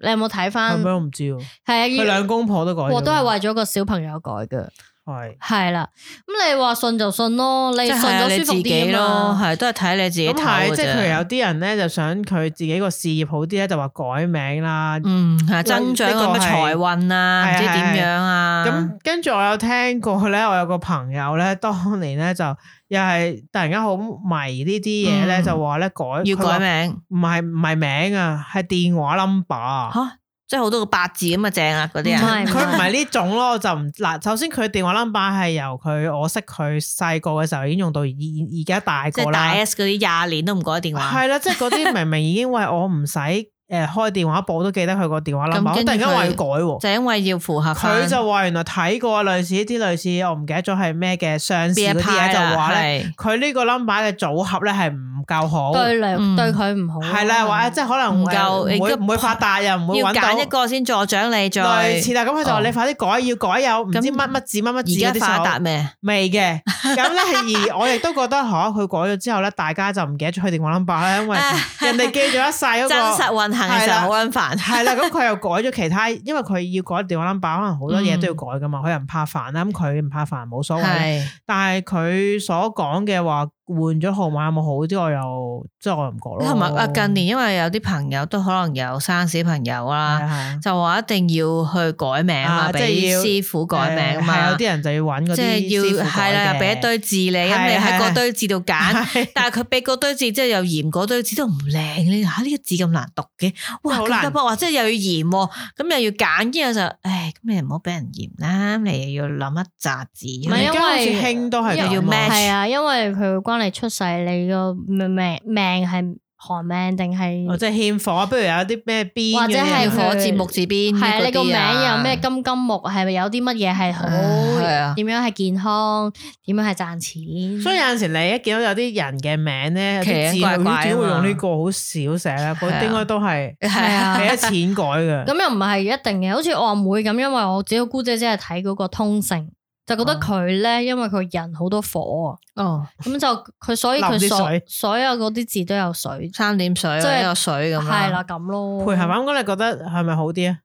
[SPEAKER 4] 你有冇睇
[SPEAKER 6] 係
[SPEAKER 4] 翻
[SPEAKER 6] 咩？？我唔知喎，
[SPEAKER 4] 係
[SPEAKER 6] 佢
[SPEAKER 4] 啊，
[SPEAKER 6] 兩公婆都改咗，
[SPEAKER 4] 我都係為咗個小朋友改嘅。
[SPEAKER 6] 係。
[SPEAKER 4] 係啦，咁你話信就信咯，你
[SPEAKER 5] 即
[SPEAKER 4] 信
[SPEAKER 5] 係
[SPEAKER 4] 咗
[SPEAKER 5] 你
[SPEAKER 4] 舒服
[SPEAKER 5] 自己
[SPEAKER 4] 啲啊
[SPEAKER 5] 咯，
[SPEAKER 4] 嘛。
[SPEAKER 5] 係都係睇你自己
[SPEAKER 6] 咁
[SPEAKER 5] 頭
[SPEAKER 6] 係，
[SPEAKER 5] 嘅
[SPEAKER 6] 即係譬如
[SPEAKER 5] 啫。
[SPEAKER 6] 有啲人咧就想佢自己個事業好啲咧，就話改名啦。
[SPEAKER 5] 嗯，係增長
[SPEAKER 6] 呢個
[SPEAKER 5] 咁嘅
[SPEAKER 6] 係
[SPEAKER 5] 財運啊，唔知
[SPEAKER 6] 係係
[SPEAKER 5] 點樣啊。
[SPEAKER 6] 咁跟住我有聽過咧，我有個朋友咧，當年咧就又係突然間好迷呢啲嘢咧，
[SPEAKER 5] 嗯
[SPEAKER 6] 就話咧改
[SPEAKER 5] 要改，
[SPEAKER 6] 佢
[SPEAKER 5] 名。
[SPEAKER 6] 話唔係唔係名啊，係電話 number 啊。
[SPEAKER 5] 吓，即係好多個八字咁啊，正啦嗰啲
[SPEAKER 4] 唔
[SPEAKER 5] 啊，
[SPEAKER 4] 係
[SPEAKER 6] 佢唔係呢種咯，我就唔嗱。首先佢電話 number 係由佢我識佢細個嘅時候已經用到而而家大
[SPEAKER 5] 即
[SPEAKER 6] 個
[SPEAKER 5] 係大
[SPEAKER 6] 啦，
[SPEAKER 5] S 嗰啲廿年都唔改電話，
[SPEAKER 6] 係啦，即係嗰啲明明已經為我唔使誒開電話簿都記得佢個電話
[SPEAKER 5] 咁
[SPEAKER 6] number，我
[SPEAKER 5] 跟
[SPEAKER 6] 突
[SPEAKER 5] 住
[SPEAKER 6] 然間
[SPEAKER 5] 佢
[SPEAKER 6] 話要改喎。
[SPEAKER 5] 就因為要符合返
[SPEAKER 6] 佢就話原來睇過類似啲類似我唔記得咗係咩嘅上市
[SPEAKER 5] 邊一
[SPEAKER 6] 嗰啲嘢
[SPEAKER 5] 派
[SPEAKER 6] 就
[SPEAKER 5] 啦，
[SPEAKER 6] 話咧，
[SPEAKER 5] 係
[SPEAKER 6] 佢呢個 number 嘅組合咧係唔夠好，
[SPEAKER 4] 對你
[SPEAKER 5] 嗯
[SPEAKER 4] 對佢唔好。
[SPEAKER 6] 係啦，話即係可能
[SPEAKER 5] 哦唔夠
[SPEAKER 6] 誒唔會
[SPEAKER 5] 亦都
[SPEAKER 6] 唔會發達又唔會
[SPEAKER 5] 要
[SPEAKER 6] 揾到
[SPEAKER 5] 揀一個先助長你再。
[SPEAKER 6] 類似啦。咁佢就話
[SPEAKER 5] 哦
[SPEAKER 6] 你快啲改，要改有唔
[SPEAKER 5] 咁
[SPEAKER 6] 知乜乜字乜乜字嗰
[SPEAKER 5] 而家
[SPEAKER 6] 啲
[SPEAKER 5] 發達
[SPEAKER 6] 就
[SPEAKER 5] 咩？
[SPEAKER 6] 未嘅。咁咧 而我亦都覺得嚇佢改咗之後咧，大家就唔記得咗佢電話 number 啦，因為
[SPEAKER 5] 唉
[SPEAKER 6] 人哋記咗一世嗰個
[SPEAKER 5] 真實運行嘅時候
[SPEAKER 6] 係啦
[SPEAKER 5] 好撚煩，
[SPEAKER 6] 係啦，咁佢又改咗其他，因為佢要改電話 number，可能好多嘢都要啊改噶嘛，佢又唔怕煩啦，咁佢唔怕煩冇所謂啦。
[SPEAKER 5] 係
[SPEAKER 6] 但係佢所講嘅話換咗號碼有冇好啲，我又即係我又唔覺咯。
[SPEAKER 5] 同埋啊，近年因為有啲朋友都可能有生死朋友
[SPEAKER 6] 係
[SPEAKER 5] 啦，
[SPEAKER 6] 啊
[SPEAKER 5] 就話一定要去改名
[SPEAKER 6] 啊
[SPEAKER 5] 啊，
[SPEAKER 6] 即係
[SPEAKER 5] 俾
[SPEAKER 6] 要
[SPEAKER 5] 師傅改名啊
[SPEAKER 6] 誒係
[SPEAKER 5] 嘛
[SPEAKER 6] 有。啲人就要揾嗰啲
[SPEAKER 5] 即係要係啦，又俾一堆字你，咁
[SPEAKER 6] 係
[SPEAKER 5] 你喺
[SPEAKER 6] 係
[SPEAKER 5] 嗰堆字度揀，
[SPEAKER 6] 揀，
[SPEAKER 5] 但係佢俾嗰堆字之後又嫌嗰堆字都唔靚，你嚇呢個字咁難讀嘅，哇
[SPEAKER 6] 好
[SPEAKER 5] 咁
[SPEAKER 6] 難
[SPEAKER 5] 難筆，哇即係又要嫌喎，咁又要揀，跟住我就，唉，咁你唔好俾人嫌啦，咁你又要諗一紮字，
[SPEAKER 4] 唔係因
[SPEAKER 6] 而家好似
[SPEAKER 4] 為
[SPEAKER 6] 興都係
[SPEAKER 5] 因為要
[SPEAKER 6] 咁啊
[SPEAKER 5] match
[SPEAKER 4] 系啊，因為佢關你出世，你個命命命系寒命定係
[SPEAKER 6] 哦即係欠火，不如有啲咩邊
[SPEAKER 4] 或者係
[SPEAKER 5] 係
[SPEAKER 4] 佢
[SPEAKER 5] 火字木字邊
[SPEAKER 4] 係啊，
[SPEAKER 5] 嗰
[SPEAKER 4] 你個
[SPEAKER 5] 啲
[SPEAKER 4] 名
[SPEAKER 5] 啊
[SPEAKER 4] 有咩金金木，係咪有啲乜嘢係好？
[SPEAKER 5] 唉係啊
[SPEAKER 4] 點樣係健康？點樣係賺錢？
[SPEAKER 6] 所以有陣時你一見到有啲人嘅名咧，有啲字
[SPEAKER 5] 奇奇怪怪啊嘛
[SPEAKER 6] 佢點會用呢個好少寫啦，
[SPEAKER 5] 係
[SPEAKER 6] 嗰
[SPEAKER 5] 啊
[SPEAKER 6] 應該都係
[SPEAKER 5] 係啊
[SPEAKER 6] 俾咗錢改嘅。
[SPEAKER 4] 咁又唔係一定嘅，好似我阿妹咁，因為我自己個姑姐姐係睇嗰個通勝，就覺
[SPEAKER 6] 哦
[SPEAKER 4] 得佢咧，因為佢人好多火啊，
[SPEAKER 5] 哦
[SPEAKER 4] 咁就佢所以
[SPEAKER 6] 淋
[SPEAKER 4] 佢
[SPEAKER 6] 啲
[SPEAKER 4] 所
[SPEAKER 6] 水
[SPEAKER 4] 所有嗰啲字都有水，
[SPEAKER 5] 三點水或
[SPEAKER 4] 即係
[SPEAKER 5] 者個水咁
[SPEAKER 4] 係啦
[SPEAKER 5] 啦，
[SPEAKER 4] 咁咯。
[SPEAKER 6] 配合啱咁，你覺得係咪好啲啊？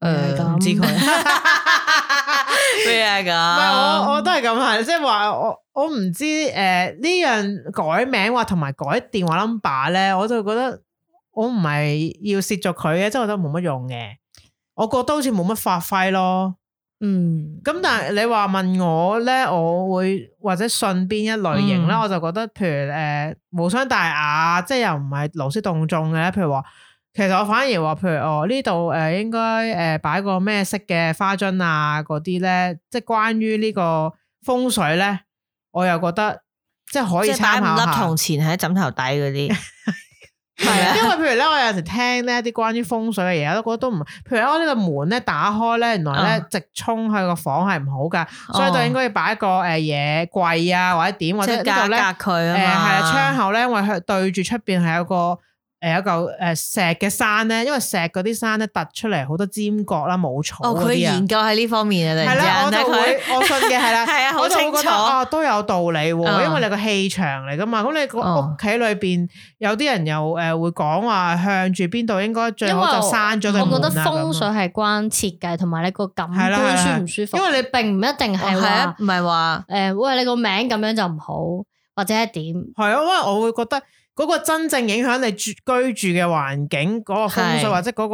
[SPEAKER 5] 誒
[SPEAKER 4] 咁
[SPEAKER 6] 唔知佢。
[SPEAKER 5] 咩啊
[SPEAKER 6] 唔係我
[SPEAKER 5] 咁？
[SPEAKER 6] 我都係咁係，即係話我我唔知誒呢樣改名或同埋改電話 number 咧，我就覺得我唔係要涉足佢嘅，即係我覺得冇乜用嘅。我覺得好似冇乜發揮咯。
[SPEAKER 4] 嗯，
[SPEAKER 6] 咁但係你話問我咧，我會或者信邊一類型咧，
[SPEAKER 5] 嗯
[SPEAKER 6] 我就覺得譬如誒、呃、無傷大雅，即係又唔係勞師動眾嘅。譬如話，其實我反而話，譬如哦呢度誒應該誒擺個咩色嘅花樽啊嗰啲咧，即係關於呢個風水咧，我又覺得即係可以
[SPEAKER 5] 即係擺
[SPEAKER 6] 參考
[SPEAKER 5] 五粒
[SPEAKER 6] 下
[SPEAKER 5] 銅。錢喺枕頭底嗰啲，
[SPEAKER 6] 係 啊，因為譬如咧，我有陣時聽呢一啲關於風水嘅嘢，我都覺得都唔，譬如咧我呢個門咧打開咧，原來咧
[SPEAKER 5] 啊
[SPEAKER 6] 直衝去個房係唔好噶，所以
[SPEAKER 5] 哦
[SPEAKER 6] 就應該要擺一個誒嘢櫃啊，或者點，或
[SPEAKER 5] 即
[SPEAKER 6] 者
[SPEAKER 5] 係
[SPEAKER 6] 呢度
[SPEAKER 5] 隔
[SPEAKER 6] 咧誒
[SPEAKER 5] 隔佢啊
[SPEAKER 6] 係
[SPEAKER 5] 嘛，
[SPEAKER 6] 啊窗口咧，因為佢對住出邊係有個。誒有嚿誒石嘅山咧，因為石嗰啲山咧突出嚟好多尖角啦，冇草
[SPEAKER 5] 哦，
[SPEAKER 6] 嗰
[SPEAKER 5] 佢
[SPEAKER 6] 啲啊
[SPEAKER 5] 研究喺呢方面啊，突
[SPEAKER 6] 係啦，
[SPEAKER 5] 然
[SPEAKER 6] 我
[SPEAKER 5] 之間
[SPEAKER 6] 就
[SPEAKER 5] 睇
[SPEAKER 6] 會
[SPEAKER 5] 佢
[SPEAKER 6] 我信嘅係啦，
[SPEAKER 5] 係啊好
[SPEAKER 6] 我就會
[SPEAKER 5] 清
[SPEAKER 6] 覺得
[SPEAKER 5] 楚
[SPEAKER 6] 啊都有道理喎，
[SPEAKER 5] 嗯
[SPEAKER 6] 因為你個氣場嚟噶嘛，咁你個
[SPEAKER 5] 哦
[SPEAKER 6] 屋企裏邊有啲人又呃誒會講話向住邊度應該最好就閂咗
[SPEAKER 4] 因為
[SPEAKER 6] 對
[SPEAKER 4] 我我
[SPEAKER 6] 門
[SPEAKER 4] 覺
[SPEAKER 6] 啦
[SPEAKER 4] 得風
[SPEAKER 6] 咁
[SPEAKER 4] 水
[SPEAKER 6] 啊
[SPEAKER 4] 係關設計同埋你個感
[SPEAKER 6] 係啦係
[SPEAKER 4] 官
[SPEAKER 6] 啦
[SPEAKER 4] 舒唔舒服，
[SPEAKER 6] 因為你
[SPEAKER 4] 並唔一定
[SPEAKER 6] 哦
[SPEAKER 4] 係
[SPEAKER 5] 係啊
[SPEAKER 4] 話，
[SPEAKER 5] 唔係話
[SPEAKER 4] 誒，喂你個名咁樣就唔好，或者係點？
[SPEAKER 5] 嗯
[SPEAKER 6] 係啊，因為我會覺得。嗰個真正影響你住居住嘅環境嗰、個風
[SPEAKER 5] 係
[SPEAKER 6] 水，或者嗰、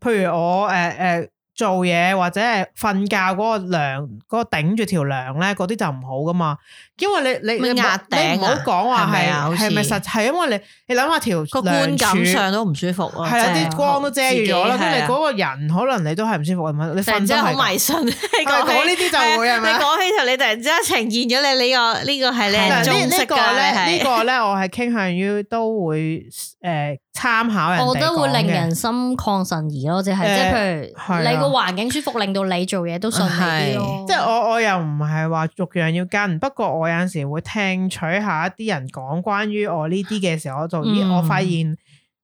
[SPEAKER 6] 個，譬如我誒誒、呃做嘢或者係瞓覺嗰個梁，嗰、個頂住條梁咧，嗰啲就唔好噶嘛。因為你你
[SPEAKER 5] 咩
[SPEAKER 6] 你唔
[SPEAKER 5] 壓
[SPEAKER 6] 好你唔
[SPEAKER 5] 頂
[SPEAKER 6] 好
[SPEAKER 5] 啊
[SPEAKER 6] 講
[SPEAKER 5] 係
[SPEAKER 6] 話
[SPEAKER 5] 咪啊
[SPEAKER 6] 係
[SPEAKER 5] 好似
[SPEAKER 6] 係咪實係，因為你你諗下條
[SPEAKER 5] 個
[SPEAKER 6] 梁
[SPEAKER 5] 觀感
[SPEAKER 6] 柱
[SPEAKER 5] 上都唔舒服啊，
[SPEAKER 6] 係啊，
[SPEAKER 5] 即係
[SPEAKER 6] 啲光都遮住咗啦，
[SPEAKER 5] 自己
[SPEAKER 6] 跟
[SPEAKER 5] 係
[SPEAKER 6] 住你
[SPEAKER 5] 啊
[SPEAKER 6] 嗰個人可能你都係唔舒服，你
[SPEAKER 5] 突然之
[SPEAKER 6] 瞓都
[SPEAKER 5] 間好
[SPEAKER 6] 係
[SPEAKER 5] 迷
[SPEAKER 6] 咁。
[SPEAKER 5] 信， 你
[SPEAKER 6] 係
[SPEAKER 5] 講
[SPEAKER 6] 講呢啲就會係
[SPEAKER 5] 你
[SPEAKER 6] 咪啊？
[SPEAKER 5] 講起就你突然之間呈現咗你呢個呢個係
[SPEAKER 6] 嗱
[SPEAKER 5] 你
[SPEAKER 6] 呢
[SPEAKER 5] 中
[SPEAKER 6] 呢
[SPEAKER 5] 式
[SPEAKER 6] 個
[SPEAKER 5] 㗎，
[SPEAKER 6] 咧，
[SPEAKER 5] 啊你
[SPEAKER 6] 呢
[SPEAKER 5] 係
[SPEAKER 6] 個咧，我係傾向於都會誒參考人哋
[SPEAKER 4] 我覺得會令
[SPEAKER 6] 講嘅
[SPEAKER 4] 人心曠神怡咯，即係
[SPEAKER 6] 誒
[SPEAKER 4] 即係譬
[SPEAKER 6] 係
[SPEAKER 4] 如
[SPEAKER 6] 啊
[SPEAKER 4] 你個環境舒服，令到你做嘢都順利啲咯。
[SPEAKER 6] 即係我我又唔係話逐樣要跟，不過我有陣時會聽取下一啲人講關於我呢啲嘅時候，我就咦，
[SPEAKER 5] 嗯
[SPEAKER 6] 我發現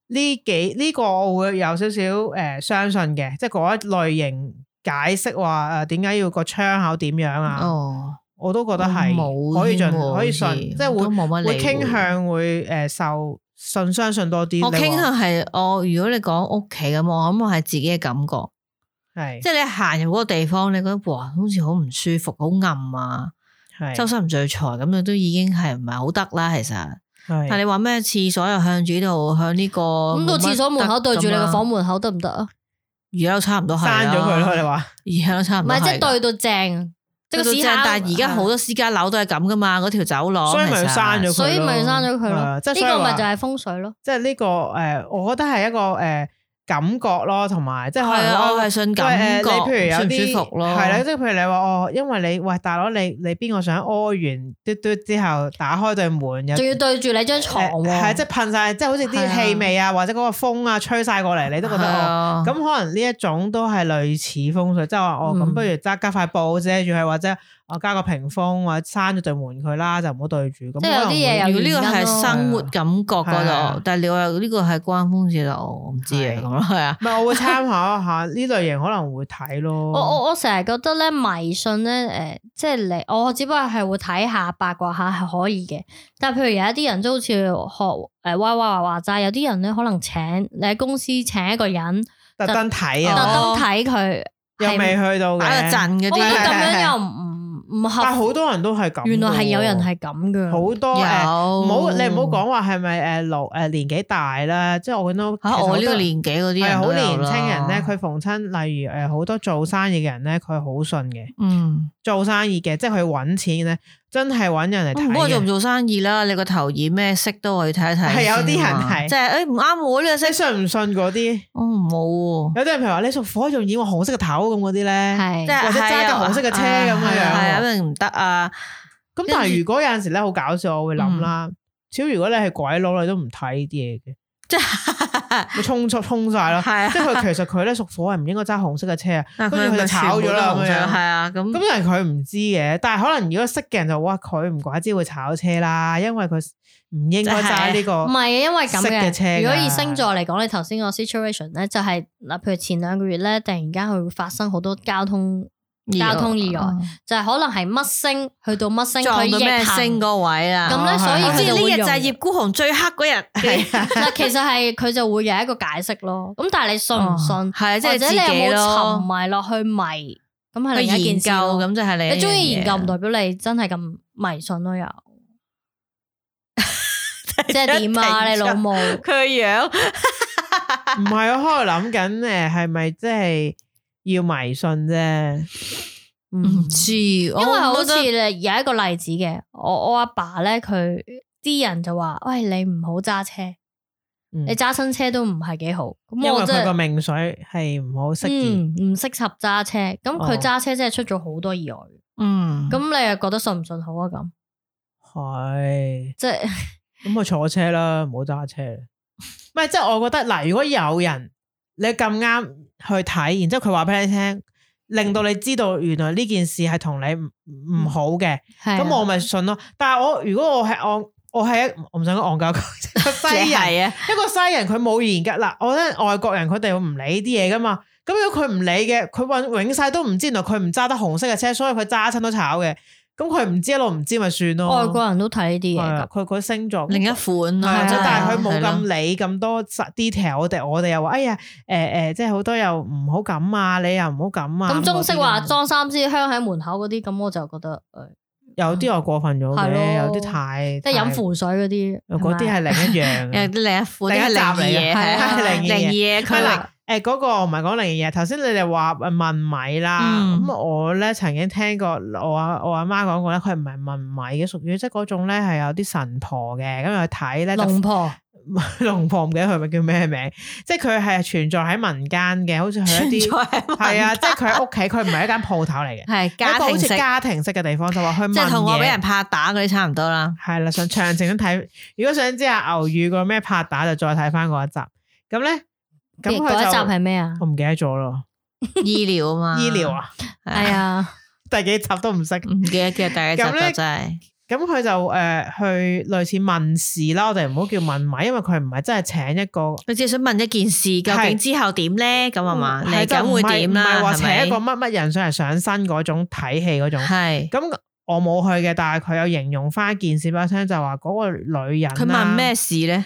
[SPEAKER 6] 呢幾呢、個我會有少少誒、呃相信嘅，即係嗰一類型解釋話誒點解要個窗口點樣啊？
[SPEAKER 5] 哦，
[SPEAKER 6] 我都覺得係
[SPEAKER 5] 冇
[SPEAKER 6] 可以
[SPEAKER 5] 添
[SPEAKER 6] 盡
[SPEAKER 5] 喎
[SPEAKER 6] 可以
[SPEAKER 5] 好似
[SPEAKER 6] 信，即係
[SPEAKER 5] 我都
[SPEAKER 6] 會
[SPEAKER 5] 冇乜
[SPEAKER 6] 會
[SPEAKER 5] 理
[SPEAKER 6] 傾
[SPEAKER 5] 會
[SPEAKER 6] 向會誒受信相信多啲。
[SPEAKER 5] 我
[SPEAKER 6] 你話
[SPEAKER 5] 傾向係我如果你講屋企咁，我諗我係自己嘅感覺，
[SPEAKER 6] 係
[SPEAKER 5] 即係你行入嗰個地方，你覺得哇，好似好唔舒服，好暗啊，
[SPEAKER 6] 係
[SPEAKER 5] 周身唔聚財咁，你都已經係唔係好得啦，其實。
[SPEAKER 6] 係
[SPEAKER 5] 但你話咩廁所又向住呢度，向呢個
[SPEAKER 4] 咁到廁所門口對住
[SPEAKER 5] 啊
[SPEAKER 4] 你個房，門口得唔得啊？
[SPEAKER 5] 而家都差唔多係啦
[SPEAKER 6] 刪咗佢咯，你話
[SPEAKER 5] 而家都差唔
[SPEAKER 4] 唔
[SPEAKER 5] 多
[SPEAKER 4] 係
[SPEAKER 5] 啊係
[SPEAKER 4] 即
[SPEAKER 5] 啦。
[SPEAKER 4] 係對到正，即係個
[SPEAKER 5] 對
[SPEAKER 4] 屎
[SPEAKER 5] 到
[SPEAKER 4] 坑啊
[SPEAKER 5] 正但係而家好多私家樓都係咁噶嘛，嗰條走廊
[SPEAKER 6] 所以咪要
[SPEAKER 5] 其實
[SPEAKER 6] 刪啊咗佢
[SPEAKER 4] 所以咪刪咗佢
[SPEAKER 6] 係啊
[SPEAKER 4] 咯。
[SPEAKER 6] 即係所以
[SPEAKER 4] 呢個
[SPEAKER 6] 話
[SPEAKER 4] 咪就係風水咯。
[SPEAKER 6] 即係呢個誒，我覺得係一個誒感覺咯，同埋即係可
[SPEAKER 5] 係啊，
[SPEAKER 6] 能哦
[SPEAKER 5] 我係信
[SPEAKER 6] 喂
[SPEAKER 5] 感
[SPEAKER 6] 誒
[SPEAKER 5] 覺，
[SPEAKER 6] 呃你譬如有
[SPEAKER 5] 舒唔
[SPEAKER 6] 啲
[SPEAKER 5] 舒服咯，
[SPEAKER 6] 係啦，即係譬如你話哦，因為你喂大佬你你邊個想屙完嘟嘟之後打開對門有
[SPEAKER 4] 仲要對住你張
[SPEAKER 6] 誒
[SPEAKER 4] 床喎，
[SPEAKER 6] 係即係噴晒，即係好似
[SPEAKER 4] 哦係
[SPEAKER 6] 啲
[SPEAKER 4] 啊
[SPEAKER 6] 氣味啊，或者嗰個風啊吹晒過嚟，你都覺得
[SPEAKER 5] 係
[SPEAKER 6] 哦。
[SPEAKER 5] 啊
[SPEAKER 6] 咁可能呢一種都係類似風水，即係話哦，咁
[SPEAKER 4] 嗯
[SPEAKER 6] 不如揸加塊布遮住佢，或者我加個屏風或者閂咗對門佢啦，就唔好對住。咁
[SPEAKER 4] 即係有啲嘢
[SPEAKER 5] 如
[SPEAKER 4] 有
[SPEAKER 5] 果呢
[SPEAKER 4] 原因
[SPEAKER 5] 個係
[SPEAKER 4] 咯
[SPEAKER 5] 生活感覺
[SPEAKER 6] 係啊
[SPEAKER 5] 嗰度，但係你話呢個係關風事度，我唔知啊
[SPEAKER 6] 係
[SPEAKER 5] 咁咯，係啊，
[SPEAKER 6] 可能會唔係我 會參考一下啊呢類型，可能會睇咯。
[SPEAKER 4] 我我我成日覺得咧迷信咧，誒、即係你我只不過係會睇下八卦下係可以嘅，但係譬如有一啲人都好似學誒 Y Y 話齋，有啲人咧可能請你喺公司請一個人，
[SPEAKER 6] 特登睇
[SPEAKER 4] 特
[SPEAKER 5] 哦
[SPEAKER 6] 啊，
[SPEAKER 4] 登睇佢
[SPEAKER 6] 又
[SPEAKER 4] 係
[SPEAKER 6] 未去到嘅
[SPEAKER 5] 打個陣嗰
[SPEAKER 4] 我覺得哦
[SPEAKER 5] 啲
[SPEAKER 4] 咁
[SPEAKER 6] 係係係
[SPEAKER 4] 樣又唔唔
[SPEAKER 6] 但係
[SPEAKER 4] 合，
[SPEAKER 6] 好多人都係咁喎。
[SPEAKER 4] 原來係有人係咁噶。
[SPEAKER 6] 好多
[SPEAKER 5] 有
[SPEAKER 6] 哦誒，唔好你唔好講話係咪誒老誒年紀大啦，即係我見到
[SPEAKER 5] 吓，我呢個年紀嗰啲
[SPEAKER 6] 係啊
[SPEAKER 5] 人
[SPEAKER 6] 好
[SPEAKER 5] 都有
[SPEAKER 6] 年
[SPEAKER 5] 啦
[SPEAKER 6] 青人咧，佢逢親例如誒好多做生意嘅人咧，佢好信嘅，
[SPEAKER 5] 嗯，
[SPEAKER 6] 做生意嘅即係佢揾錢咧，真係揾人嚟睇
[SPEAKER 5] 不過哦做唔
[SPEAKER 6] 嘅。
[SPEAKER 5] 做生意啦，你個頭染咩色都我要睇一睇先啊嘛。
[SPEAKER 6] 係有啲人係
[SPEAKER 5] 即係诶唔啱我呢個
[SPEAKER 6] 你
[SPEAKER 5] 色，
[SPEAKER 6] 信唔信嗰啲？
[SPEAKER 5] 我唔冇喎。
[SPEAKER 6] 有啲人譬如話你屬火仲染個紅色嘅頭咁嗰啲咧，
[SPEAKER 4] 係
[SPEAKER 5] 即係
[SPEAKER 6] 或者揸架紅色嘅車咁樣
[SPEAKER 5] 係啊
[SPEAKER 6] 喎
[SPEAKER 5] 係啊，一定唔得啊！
[SPEAKER 6] 咁但係如果有陣時咧好搞笑，我會
[SPEAKER 4] 嗯
[SPEAKER 6] 諗啦，少如果你係鬼佬，你都唔睇呢啲嘢嘅，
[SPEAKER 5] 即
[SPEAKER 6] 咪衝出衝晒啦。
[SPEAKER 5] 係啊
[SPEAKER 6] 即係佢其實佢咧屬火係唔應該揸紅色嘅車啊，
[SPEAKER 5] 但
[SPEAKER 6] 跟住佢就炒咗啦咁
[SPEAKER 5] 係
[SPEAKER 6] 樣。
[SPEAKER 5] 啊，
[SPEAKER 4] 嗯
[SPEAKER 5] 咁
[SPEAKER 6] 咁但係佢唔知嘅，但係可能如果識嘅人就哇，佢唔怪之會炒車啦，因為佢唔應該揸呢個
[SPEAKER 4] 唔係啊，因為咁
[SPEAKER 6] 識嘅車㗎
[SPEAKER 4] 嘅。如果以星座嚟講，你頭先個 situation 咧，就係嗱，譬如前兩個月咧，突然間佢會發生好多交通，交通意外就係可能係乜星去到乜星，佢
[SPEAKER 5] 撞到咩
[SPEAKER 4] 逆行
[SPEAKER 5] 星嗰位啦。
[SPEAKER 4] 咁咧，
[SPEAKER 6] 哦
[SPEAKER 4] 所以
[SPEAKER 5] 我知
[SPEAKER 4] 佢就
[SPEAKER 5] 呢
[SPEAKER 4] 會
[SPEAKER 5] 日就
[SPEAKER 4] 用
[SPEAKER 5] 係葉孤雄最黑嗰日，係啊
[SPEAKER 4] 嗱，其實係佢就會有一個解釋咯。咁但係你信唔信？
[SPEAKER 5] 係啊，即
[SPEAKER 4] 或
[SPEAKER 5] 係
[SPEAKER 4] 者
[SPEAKER 5] 自
[SPEAKER 4] 你
[SPEAKER 5] 己
[SPEAKER 4] 有冇沉
[SPEAKER 5] 咯，
[SPEAKER 4] 迷落去迷？咁係
[SPEAKER 5] 去
[SPEAKER 4] 另一件
[SPEAKER 5] 研究
[SPEAKER 4] 事咯
[SPEAKER 5] 咁就係你。
[SPEAKER 4] 你中意研究唔？代表你真係咁迷信 咯，又即係點啊？你老母
[SPEAKER 5] 佢個樣
[SPEAKER 6] 唔係我喺度諗緊誒，係咪即係要迷信啫？
[SPEAKER 5] 唔
[SPEAKER 4] 嗯
[SPEAKER 5] 知，
[SPEAKER 4] 因為
[SPEAKER 5] 因
[SPEAKER 4] 好似你有一個例子嘅，我我阿爸咧，佢啲人就話：，喂，你唔好揸車，
[SPEAKER 6] 嗯
[SPEAKER 4] 你揸新車都唔係幾好。
[SPEAKER 6] 因
[SPEAKER 4] 咁
[SPEAKER 6] 為
[SPEAKER 4] 我
[SPEAKER 6] 佢
[SPEAKER 4] 真
[SPEAKER 6] 個
[SPEAKER 4] 係
[SPEAKER 6] 命水係唔好適宜。
[SPEAKER 4] 嗯唔適合揸車，咁佢
[SPEAKER 6] 哦
[SPEAKER 4] 揸車真係出咗好多意外。
[SPEAKER 5] 嗯
[SPEAKER 4] 咁你又覺得信唔信好啊？咁
[SPEAKER 6] 係，
[SPEAKER 4] 即係
[SPEAKER 6] 咁我坐車啦，唔好揸車啦。唔係，即係我覺得嗱，如果有人你咁啱去睇，然之後佢話俾你聽，令到你知道原來呢件事係同你唔唔好嘅，
[SPEAKER 4] 嗯 係啊
[SPEAKER 6] 咁我
[SPEAKER 4] 咪
[SPEAKER 6] 咪信咯。但係我如果我係我我係一我唔想講戇鳩， 一個西人
[SPEAKER 5] 係啊，
[SPEAKER 6] 一個西人佢冇研究嗱，我覺得外國人佢哋唔理啲嘢噶嘛。咁如果佢唔理嘅，佢永永世都唔知原來佢唔揸得紅色嘅車，所以佢揸親都炒嘅。咁佢唔知一路唔知咪算咯。
[SPEAKER 4] 外國人都睇呢啲
[SPEAKER 6] 哦係
[SPEAKER 4] 嘢
[SPEAKER 6] 啊
[SPEAKER 4] 㗎，
[SPEAKER 6] 佢佢星座
[SPEAKER 5] 另一款
[SPEAKER 6] 係啊
[SPEAKER 5] 啦，
[SPEAKER 6] 即
[SPEAKER 5] 係
[SPEAKER 6] 係
[SPEAKER 5] 啊
[SPEAKER 6] 但係佢冇。
[SPEAKER 5] 係
[SPEAKER 6] 咁
[SPEAKER 5] 咯
[SPEAKER 6] 理咁多 detail，我哋我哋又話哎呀誒誒，即係好多又唔好咁啊，你又唔好咁啊。嗯
[SPEAKER 4] 咁中式話
[SPEAKER 6] 嗰啲咁
[SPEAKER 4] 裝三支香喺門口嗰啲，咁我就覺得誒，
[SPEAKER 6] 有啲又過分咗
[SPEAKER 4] 係咯
[SPEAKER 6] 嘅，有啲太
[SPEAKER 4] 即係飲
[SPEAKER 6] 太
[SPEAKER 4] 符水嗰啲，
[SPEAKER 6] 嗰啲
[SPEAKER 4] 咪
[SPEAKER 6] 係另一 樣
[SPEAKER 5] 有
[SPEAKER 6] 嘅。
[SPEAKER 5] 啲另一款，
[SPEAKER 6] 另一集
[SPEAKER 4] 嘅
[SPEAKER 5] 啲係靈異嘢，
[SPEAKER 6] 嚟
[SPEAKER 4] 係
[SPEAKER 5] 係
[SPEAKER 4] 啊
[SPEAKER 5] 靈
[SPEAKER 6] 靈
[SPEAKER 5] 異嘢，
[SPEAKER 6] 係
[SPEAKER 5] 佢
[SPEAKER 6] 嗱
[SPEAKER 5] 話，
[SPEAKER 6] 誒嗰個唔係講另一樣嘢，頭先你哋話呃問米啦，
[SPEAKER 5] 嗯
[SPEAKER 6] 咁、我咧曾經聽過我阿我阿媽講過咧，佢唔係問米嘅，屬於即係嗰種咧係有啲神婆嘅，咁佢睇咧就
[SPEAKER 4] 龍婆
[SPEAKER 6] 龍婆唔記得佢咪叫咩名，即係佢係存在喺民間嘅，好似佢 一啲係
[SPEAKER 5] 係
[SPEAKER 6] 啊，即係佢喺屋企，佢唔係一間鋪頭嚟嘅，
[SPEAKER 5] 係
[SPEAKER 6] 有一
[SPEAKER 5] 家
[SPEAKER 6] 個好
[SPEAKER 5] 庭
[SPEAKER 6] 似
[SPEAKER 5] 式，
[SPEAKER 6] 家庭式嘅地方，就話佢
[SPEAKER 5] 即係
[SPEAKER 6] 問
[SPEAKER 5] 同我
[SPEAKER 6] 嘢
[SPEAKER 5] 俾人拍打嗰啲差唔多啦。
[SPEAKER 6] 係啦，想詳情咁睇。如果想知阿牛宇個咩拍打，就再睇翻嗰一集。咁咧，咁
[SPEAKER 4] 嗰
[SPEAKER 6] 佢
[SPEAKER 4] 一集
[SPEAKER 6] 就
[SPEAKER 4] 係咩 啊？
[SPEAKER 6] 我唔記得咗咯。
[SPEAKER 5] 醫療啊嘛，
[SPEAKER 6] 醫療啊，
[SPEAKER 4] 係啊，
[SPEAKER 6] 第幾集都唔識。
[SPEAKER 5] 唔記得嘅第一集
[SPEAKER 6] 咁咧
[SPEAKER 5] 就真係，
[SPEAKER 6] 咁佢就誒、呃去類似問事啦，我哋唔好叫問米，因為佢唔係真係請一個。
[SPEAKER 5] 佢只係想問一件事，究
[SPEAKER 6] 係嗯
[SPEAKER 5] 竟之後點咧？咁啊嘛，嚟
[SPEAKER 6] 係
[SPEAKER 5] 緊會點
[SPEAKER 6] 就唔係唔係
[SPEAKER 5] 啦？
[SPEAKER 6] 話
[SPEAKER 5] 係
[SPEAKER 6] 請一個
[SPEAKER 5] 咪？
[SPEAKER 6] 乜乜人上嚟上身嗰種睇戲嗰種。
[SPEAKER 5] 係
[SPEAKER 6] 咁我冇去嘅，但係佢有形容翻一件事俾我聽，就話嗰個女人啦啊
[SPEAKER 5] 佢問咩？事咧？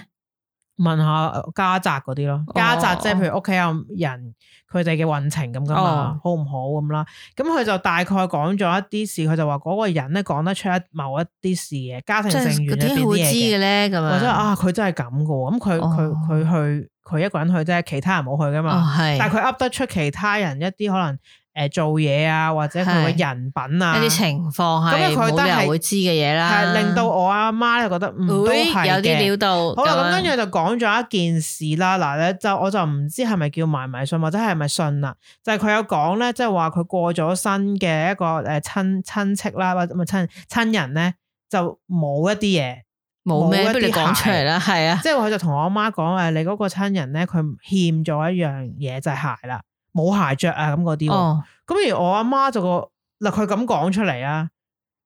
[SPEAKER 6] 問下家宅嗰啲
[SPEAKER 5] 哦
[SPEAKER 6] 咯，家宅即係譬如屋企有人佢哋嘅運程咁噶嘛
[SPEAKER 5] 哦，
[SPEAKER 6] 好唔好咁啦？咁佢就大概講咗一啲事，佢就話嗰個人咧講得出一某一啲事嘅家庭
[SPEAKER 5] 即
[SPEAKER 6] 成
[SPEAKER 5] 係
[SPEAKER 6] 員
[SPEAKER 5] 佢
[SPEAKER 6] 入邊
[SPEAKER 5] 點
[SPEAKER 6] 啲
[SPEAKER 5] 會
[SPEAKER 6] 嘢
[SPEAKER 5] 知
[SPEAKER 6] 嘅
[SPEAKER 5] 嘅咧？咁
[SPEAKER 6] 或者
[SPEAKER 5] 啊，
[SPEAKER 6] 啊，佢真係咁嘅喎，咁佢
[SPEAKER 5] 哦
[SPEAKER 6] 佢佢去佢一個人去啫，其他人冇去噶
[SPEAKER 5] 哦
[SPEAKER 6] 嘛。
[SPEAKER 5] 係，
[SPEAKER 6] 但係佢噏得出其他人一啲可能誒做嘢啊，或者佢嘅人品啊，
[SPEAKER 5] 一啲情況
[SPEAKER 6] 咁
[SPEAKER 5] 係
[SPEAKER 6] 咧佢都
[SPEAKER 5] 冇
[SPEAKER 6] 係
[SPEAKER 5] 理由會知嘅嘢啦，
[SPEAKER 6] 係令到我阿媽咧覺得嗯都
[SPEAKER 5] 會
[SPEAKER 6] 係
[SPEAKER 5] 有啲
[SPEAKER 6] 嘅
[SPEAKER 5] 料到。
[SPEAKER 6] 好啦，咁
[SPEAKER 5] 樣
[SPEAKER 6] 跟住就講咗一件事啦。嗱咧就我就唔知係咪叫埋迷信或者係咪信啦，就係佢有講咧，即係話佢過咗身嘅一個誒親親戚啦，或者咪親親人咧就冇一啲嘢，
[SPEAKER 5] 冇
[SPEAKER 6] 冇一
[SPEAKER 5] 咩，
[SPEAKER 6] 啲
[SPEAKER 5] 不如你講出嚟啦，係 啊，
[SPEAKER 6] 即係佢就同我阿媽講誒，你嗰個親人咧佢欠咗一樣嘢就係鞋啦，冇鞋着啊咁嗰啲喎。
[SPEAKER 5] 哦，
[SPEAKER 6] 咁而我阿媽就個嗱，佢咁講出嚟啊，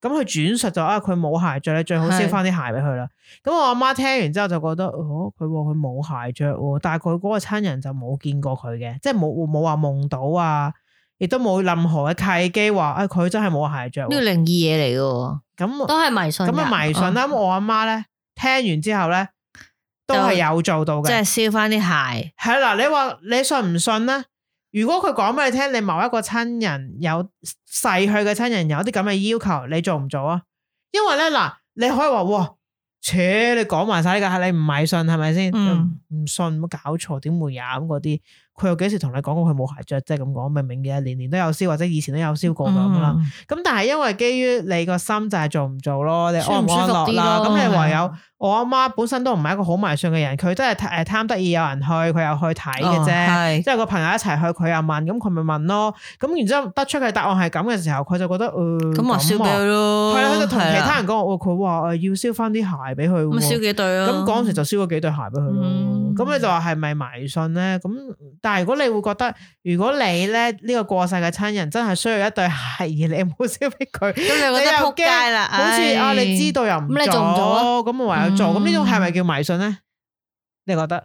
[SPEAKER 6] 咁佢轉述就啊，佢冇鞋着，你最好燒翻啲鞋俾佢啦。咁我阿媽聽完之後就覺得，哦，佢話佢冇鞋着喎，但係佢嗰個親人就冇見過佢嘅，即係冇冇話夢到啊，亦都冇任何嘅契機話，啊，佢真係冇鞋着
[SPEAKER 5] 呢個
[SPEAKER 6] 喎。
[SPEAKER 5] 靈異嘢嚟嘅喎，
[SPEAKER 6] 咁
[SPEAKER 4] 都係迷信㗎。
[SPEAKER 6] 咁啊迷信
[SPEAKER 5] 嗯
[SPEAKER 6] 啦。咁我阿媽咧聽完之後咧，都係有做到嘅
[SPEAKER 5] 即。係燒翻啲鞋，
[SPEAKER 6] 係啦，你話你信唔信咧？如果佢講俾你聽，你某一個親人有逝去嘅親人有啲咁嘅要求，你做唔做啊？因為咧嗱，你可以話哇，切你講埋晒呢個，你唔迷信係咪先？
[SPEAKER 5] 嗯
[SPEAKER 6] 唔唔信冇搞錯，點會有啊咁嗰啲？佢又幾時同你講過佢冇鞋着啫？咁講明明嘅，年年都有燒，或者以前都有燒過咁啦。
[SPEAKER 5] 嗯
[SPEAKER 6] 咁但係因為基於你個心就係做唔做咯，你
[SPEAKER 4] 舒唔
[SPEAKER 6] 安唔安
[SPEAKER 4] 舒服
[SPEAKER 6] 樂
[SPEAKER 4] 啲
[SPEAKER 6] 啦。
[SPEAKER 4] 咯
[SPEAKER 6] 咁你
[SPEAKER 5] 係
[SPEAKER 6] 唯
[SPEAKER 5] 啊
[SPEAKER 6] 有我阿媽本身都唔係一個好迷信嘅人，佢真係誒貪得意有人去，佢又去睇嘅啫。
[SPEAKER 5] 哦係
[SPEAKER 6] 即係個朋友一齊去，佢又問，咁佢咪問咯。咁然之後得出嘅答案係咁嘅時候，佢就覺得誒
[SPEAKER 5] 咁咪燒俾佢咯，
[SPEAKER 6] 係啊啦，佢就同其他
[SPEAKER 5] 係啦啊
[SPEAKER 6] 人講，我佢話呃誒要燒翻啲鞋俾佢
[SPEAKER 5] 咁咪啊燒
[SPEAKER 6] 喎。
[SPEAKER 5] 幾對咯。
[SPEAKER 6] 咁嗰陣時就燒咗幾對鞋俾佢咯。
[SPEAKER 5] 嗯
[SPEAKER 6] 咁你就話係咪迷信咧？咁但係如果你會覺得，如果你咧呢個過世嘅親人真係需要一對鞋，而你冇燒俾佢，
[SPEAKER 5] 咁你覺得
[SPEAKER 6] 你又
[SPEAKER 5] 撲街啦，
[SPEAKER 6] 好似啊，
[SPEAKER 5] 唉
[SPEAKER 6] 你知道又唔
[SPEAKER 4] 咁你做唔做啊
[SPEAKER 6] 咁我唯有
[SPEAKER 5] 嗯
[SPEAKER 6] 做。咁呢種係咪叫迷信咧？你覺得？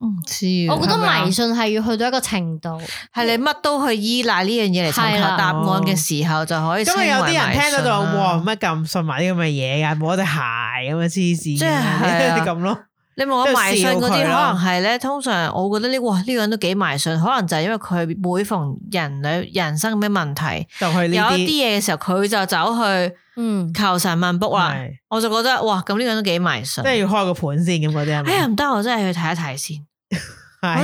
[SPEAKER 5] 唔知啊，
[SPEAKER 4] 我覺得
[SPEAKER 5] 係咪啊
[SPEAKER 4] 迷信係要去到一個程度，
[SPEAKER 5] 係你乜都去依賴呢樣嘢嚟尋
[SPEAKER 4] 係
[SPEAKER 5] 求
[SPEAKER 4] 啦
[SPEAKER 5] 答案嘅時候，就可以
[SPEAKER 6] 咁啊，有啲人聽
[SPEAKER 5] 聽
[SPEAKER 6] 到就話哇，乜咁信埋啲咁嘅嘢㗎，冇對鞋咁啊，黐線
[SPEAKER 5] 係 係
[SPEAKER 6] 嘅，
[SPEAKER 5] 啊
[SPEAKER 6] 咁咯。
[SPEAKER 5] 你望我迷信嗰啲，可
[SPEAKER 6] 即係笑佢咯
[SPEAKER 5] 能係咧，通常我覺得呢，哇呢個人都幾迷信，可能就係因為佢每逢人類人生咁嘅問題，
[SPEAKER 6] 就去呢
[SPEAKER 5] 有一啲嘢嘅時候，佢就走去
[SPEAKER 4] 嗯，
[SPEAKER 5] 求神問卜啦。
[SPEAKER 6] 係
[SPEAKER 5] 我就覺得哇，咁呢個人都幾迷信
[SPEAKER 6] 即。係要開個盤先咁嗰啲係
[SPEAKER 5] 哎呀
[SPEAKER 6] 咪？
[SPEAKER 5] 唔得，我真係去睇一睇先，我都要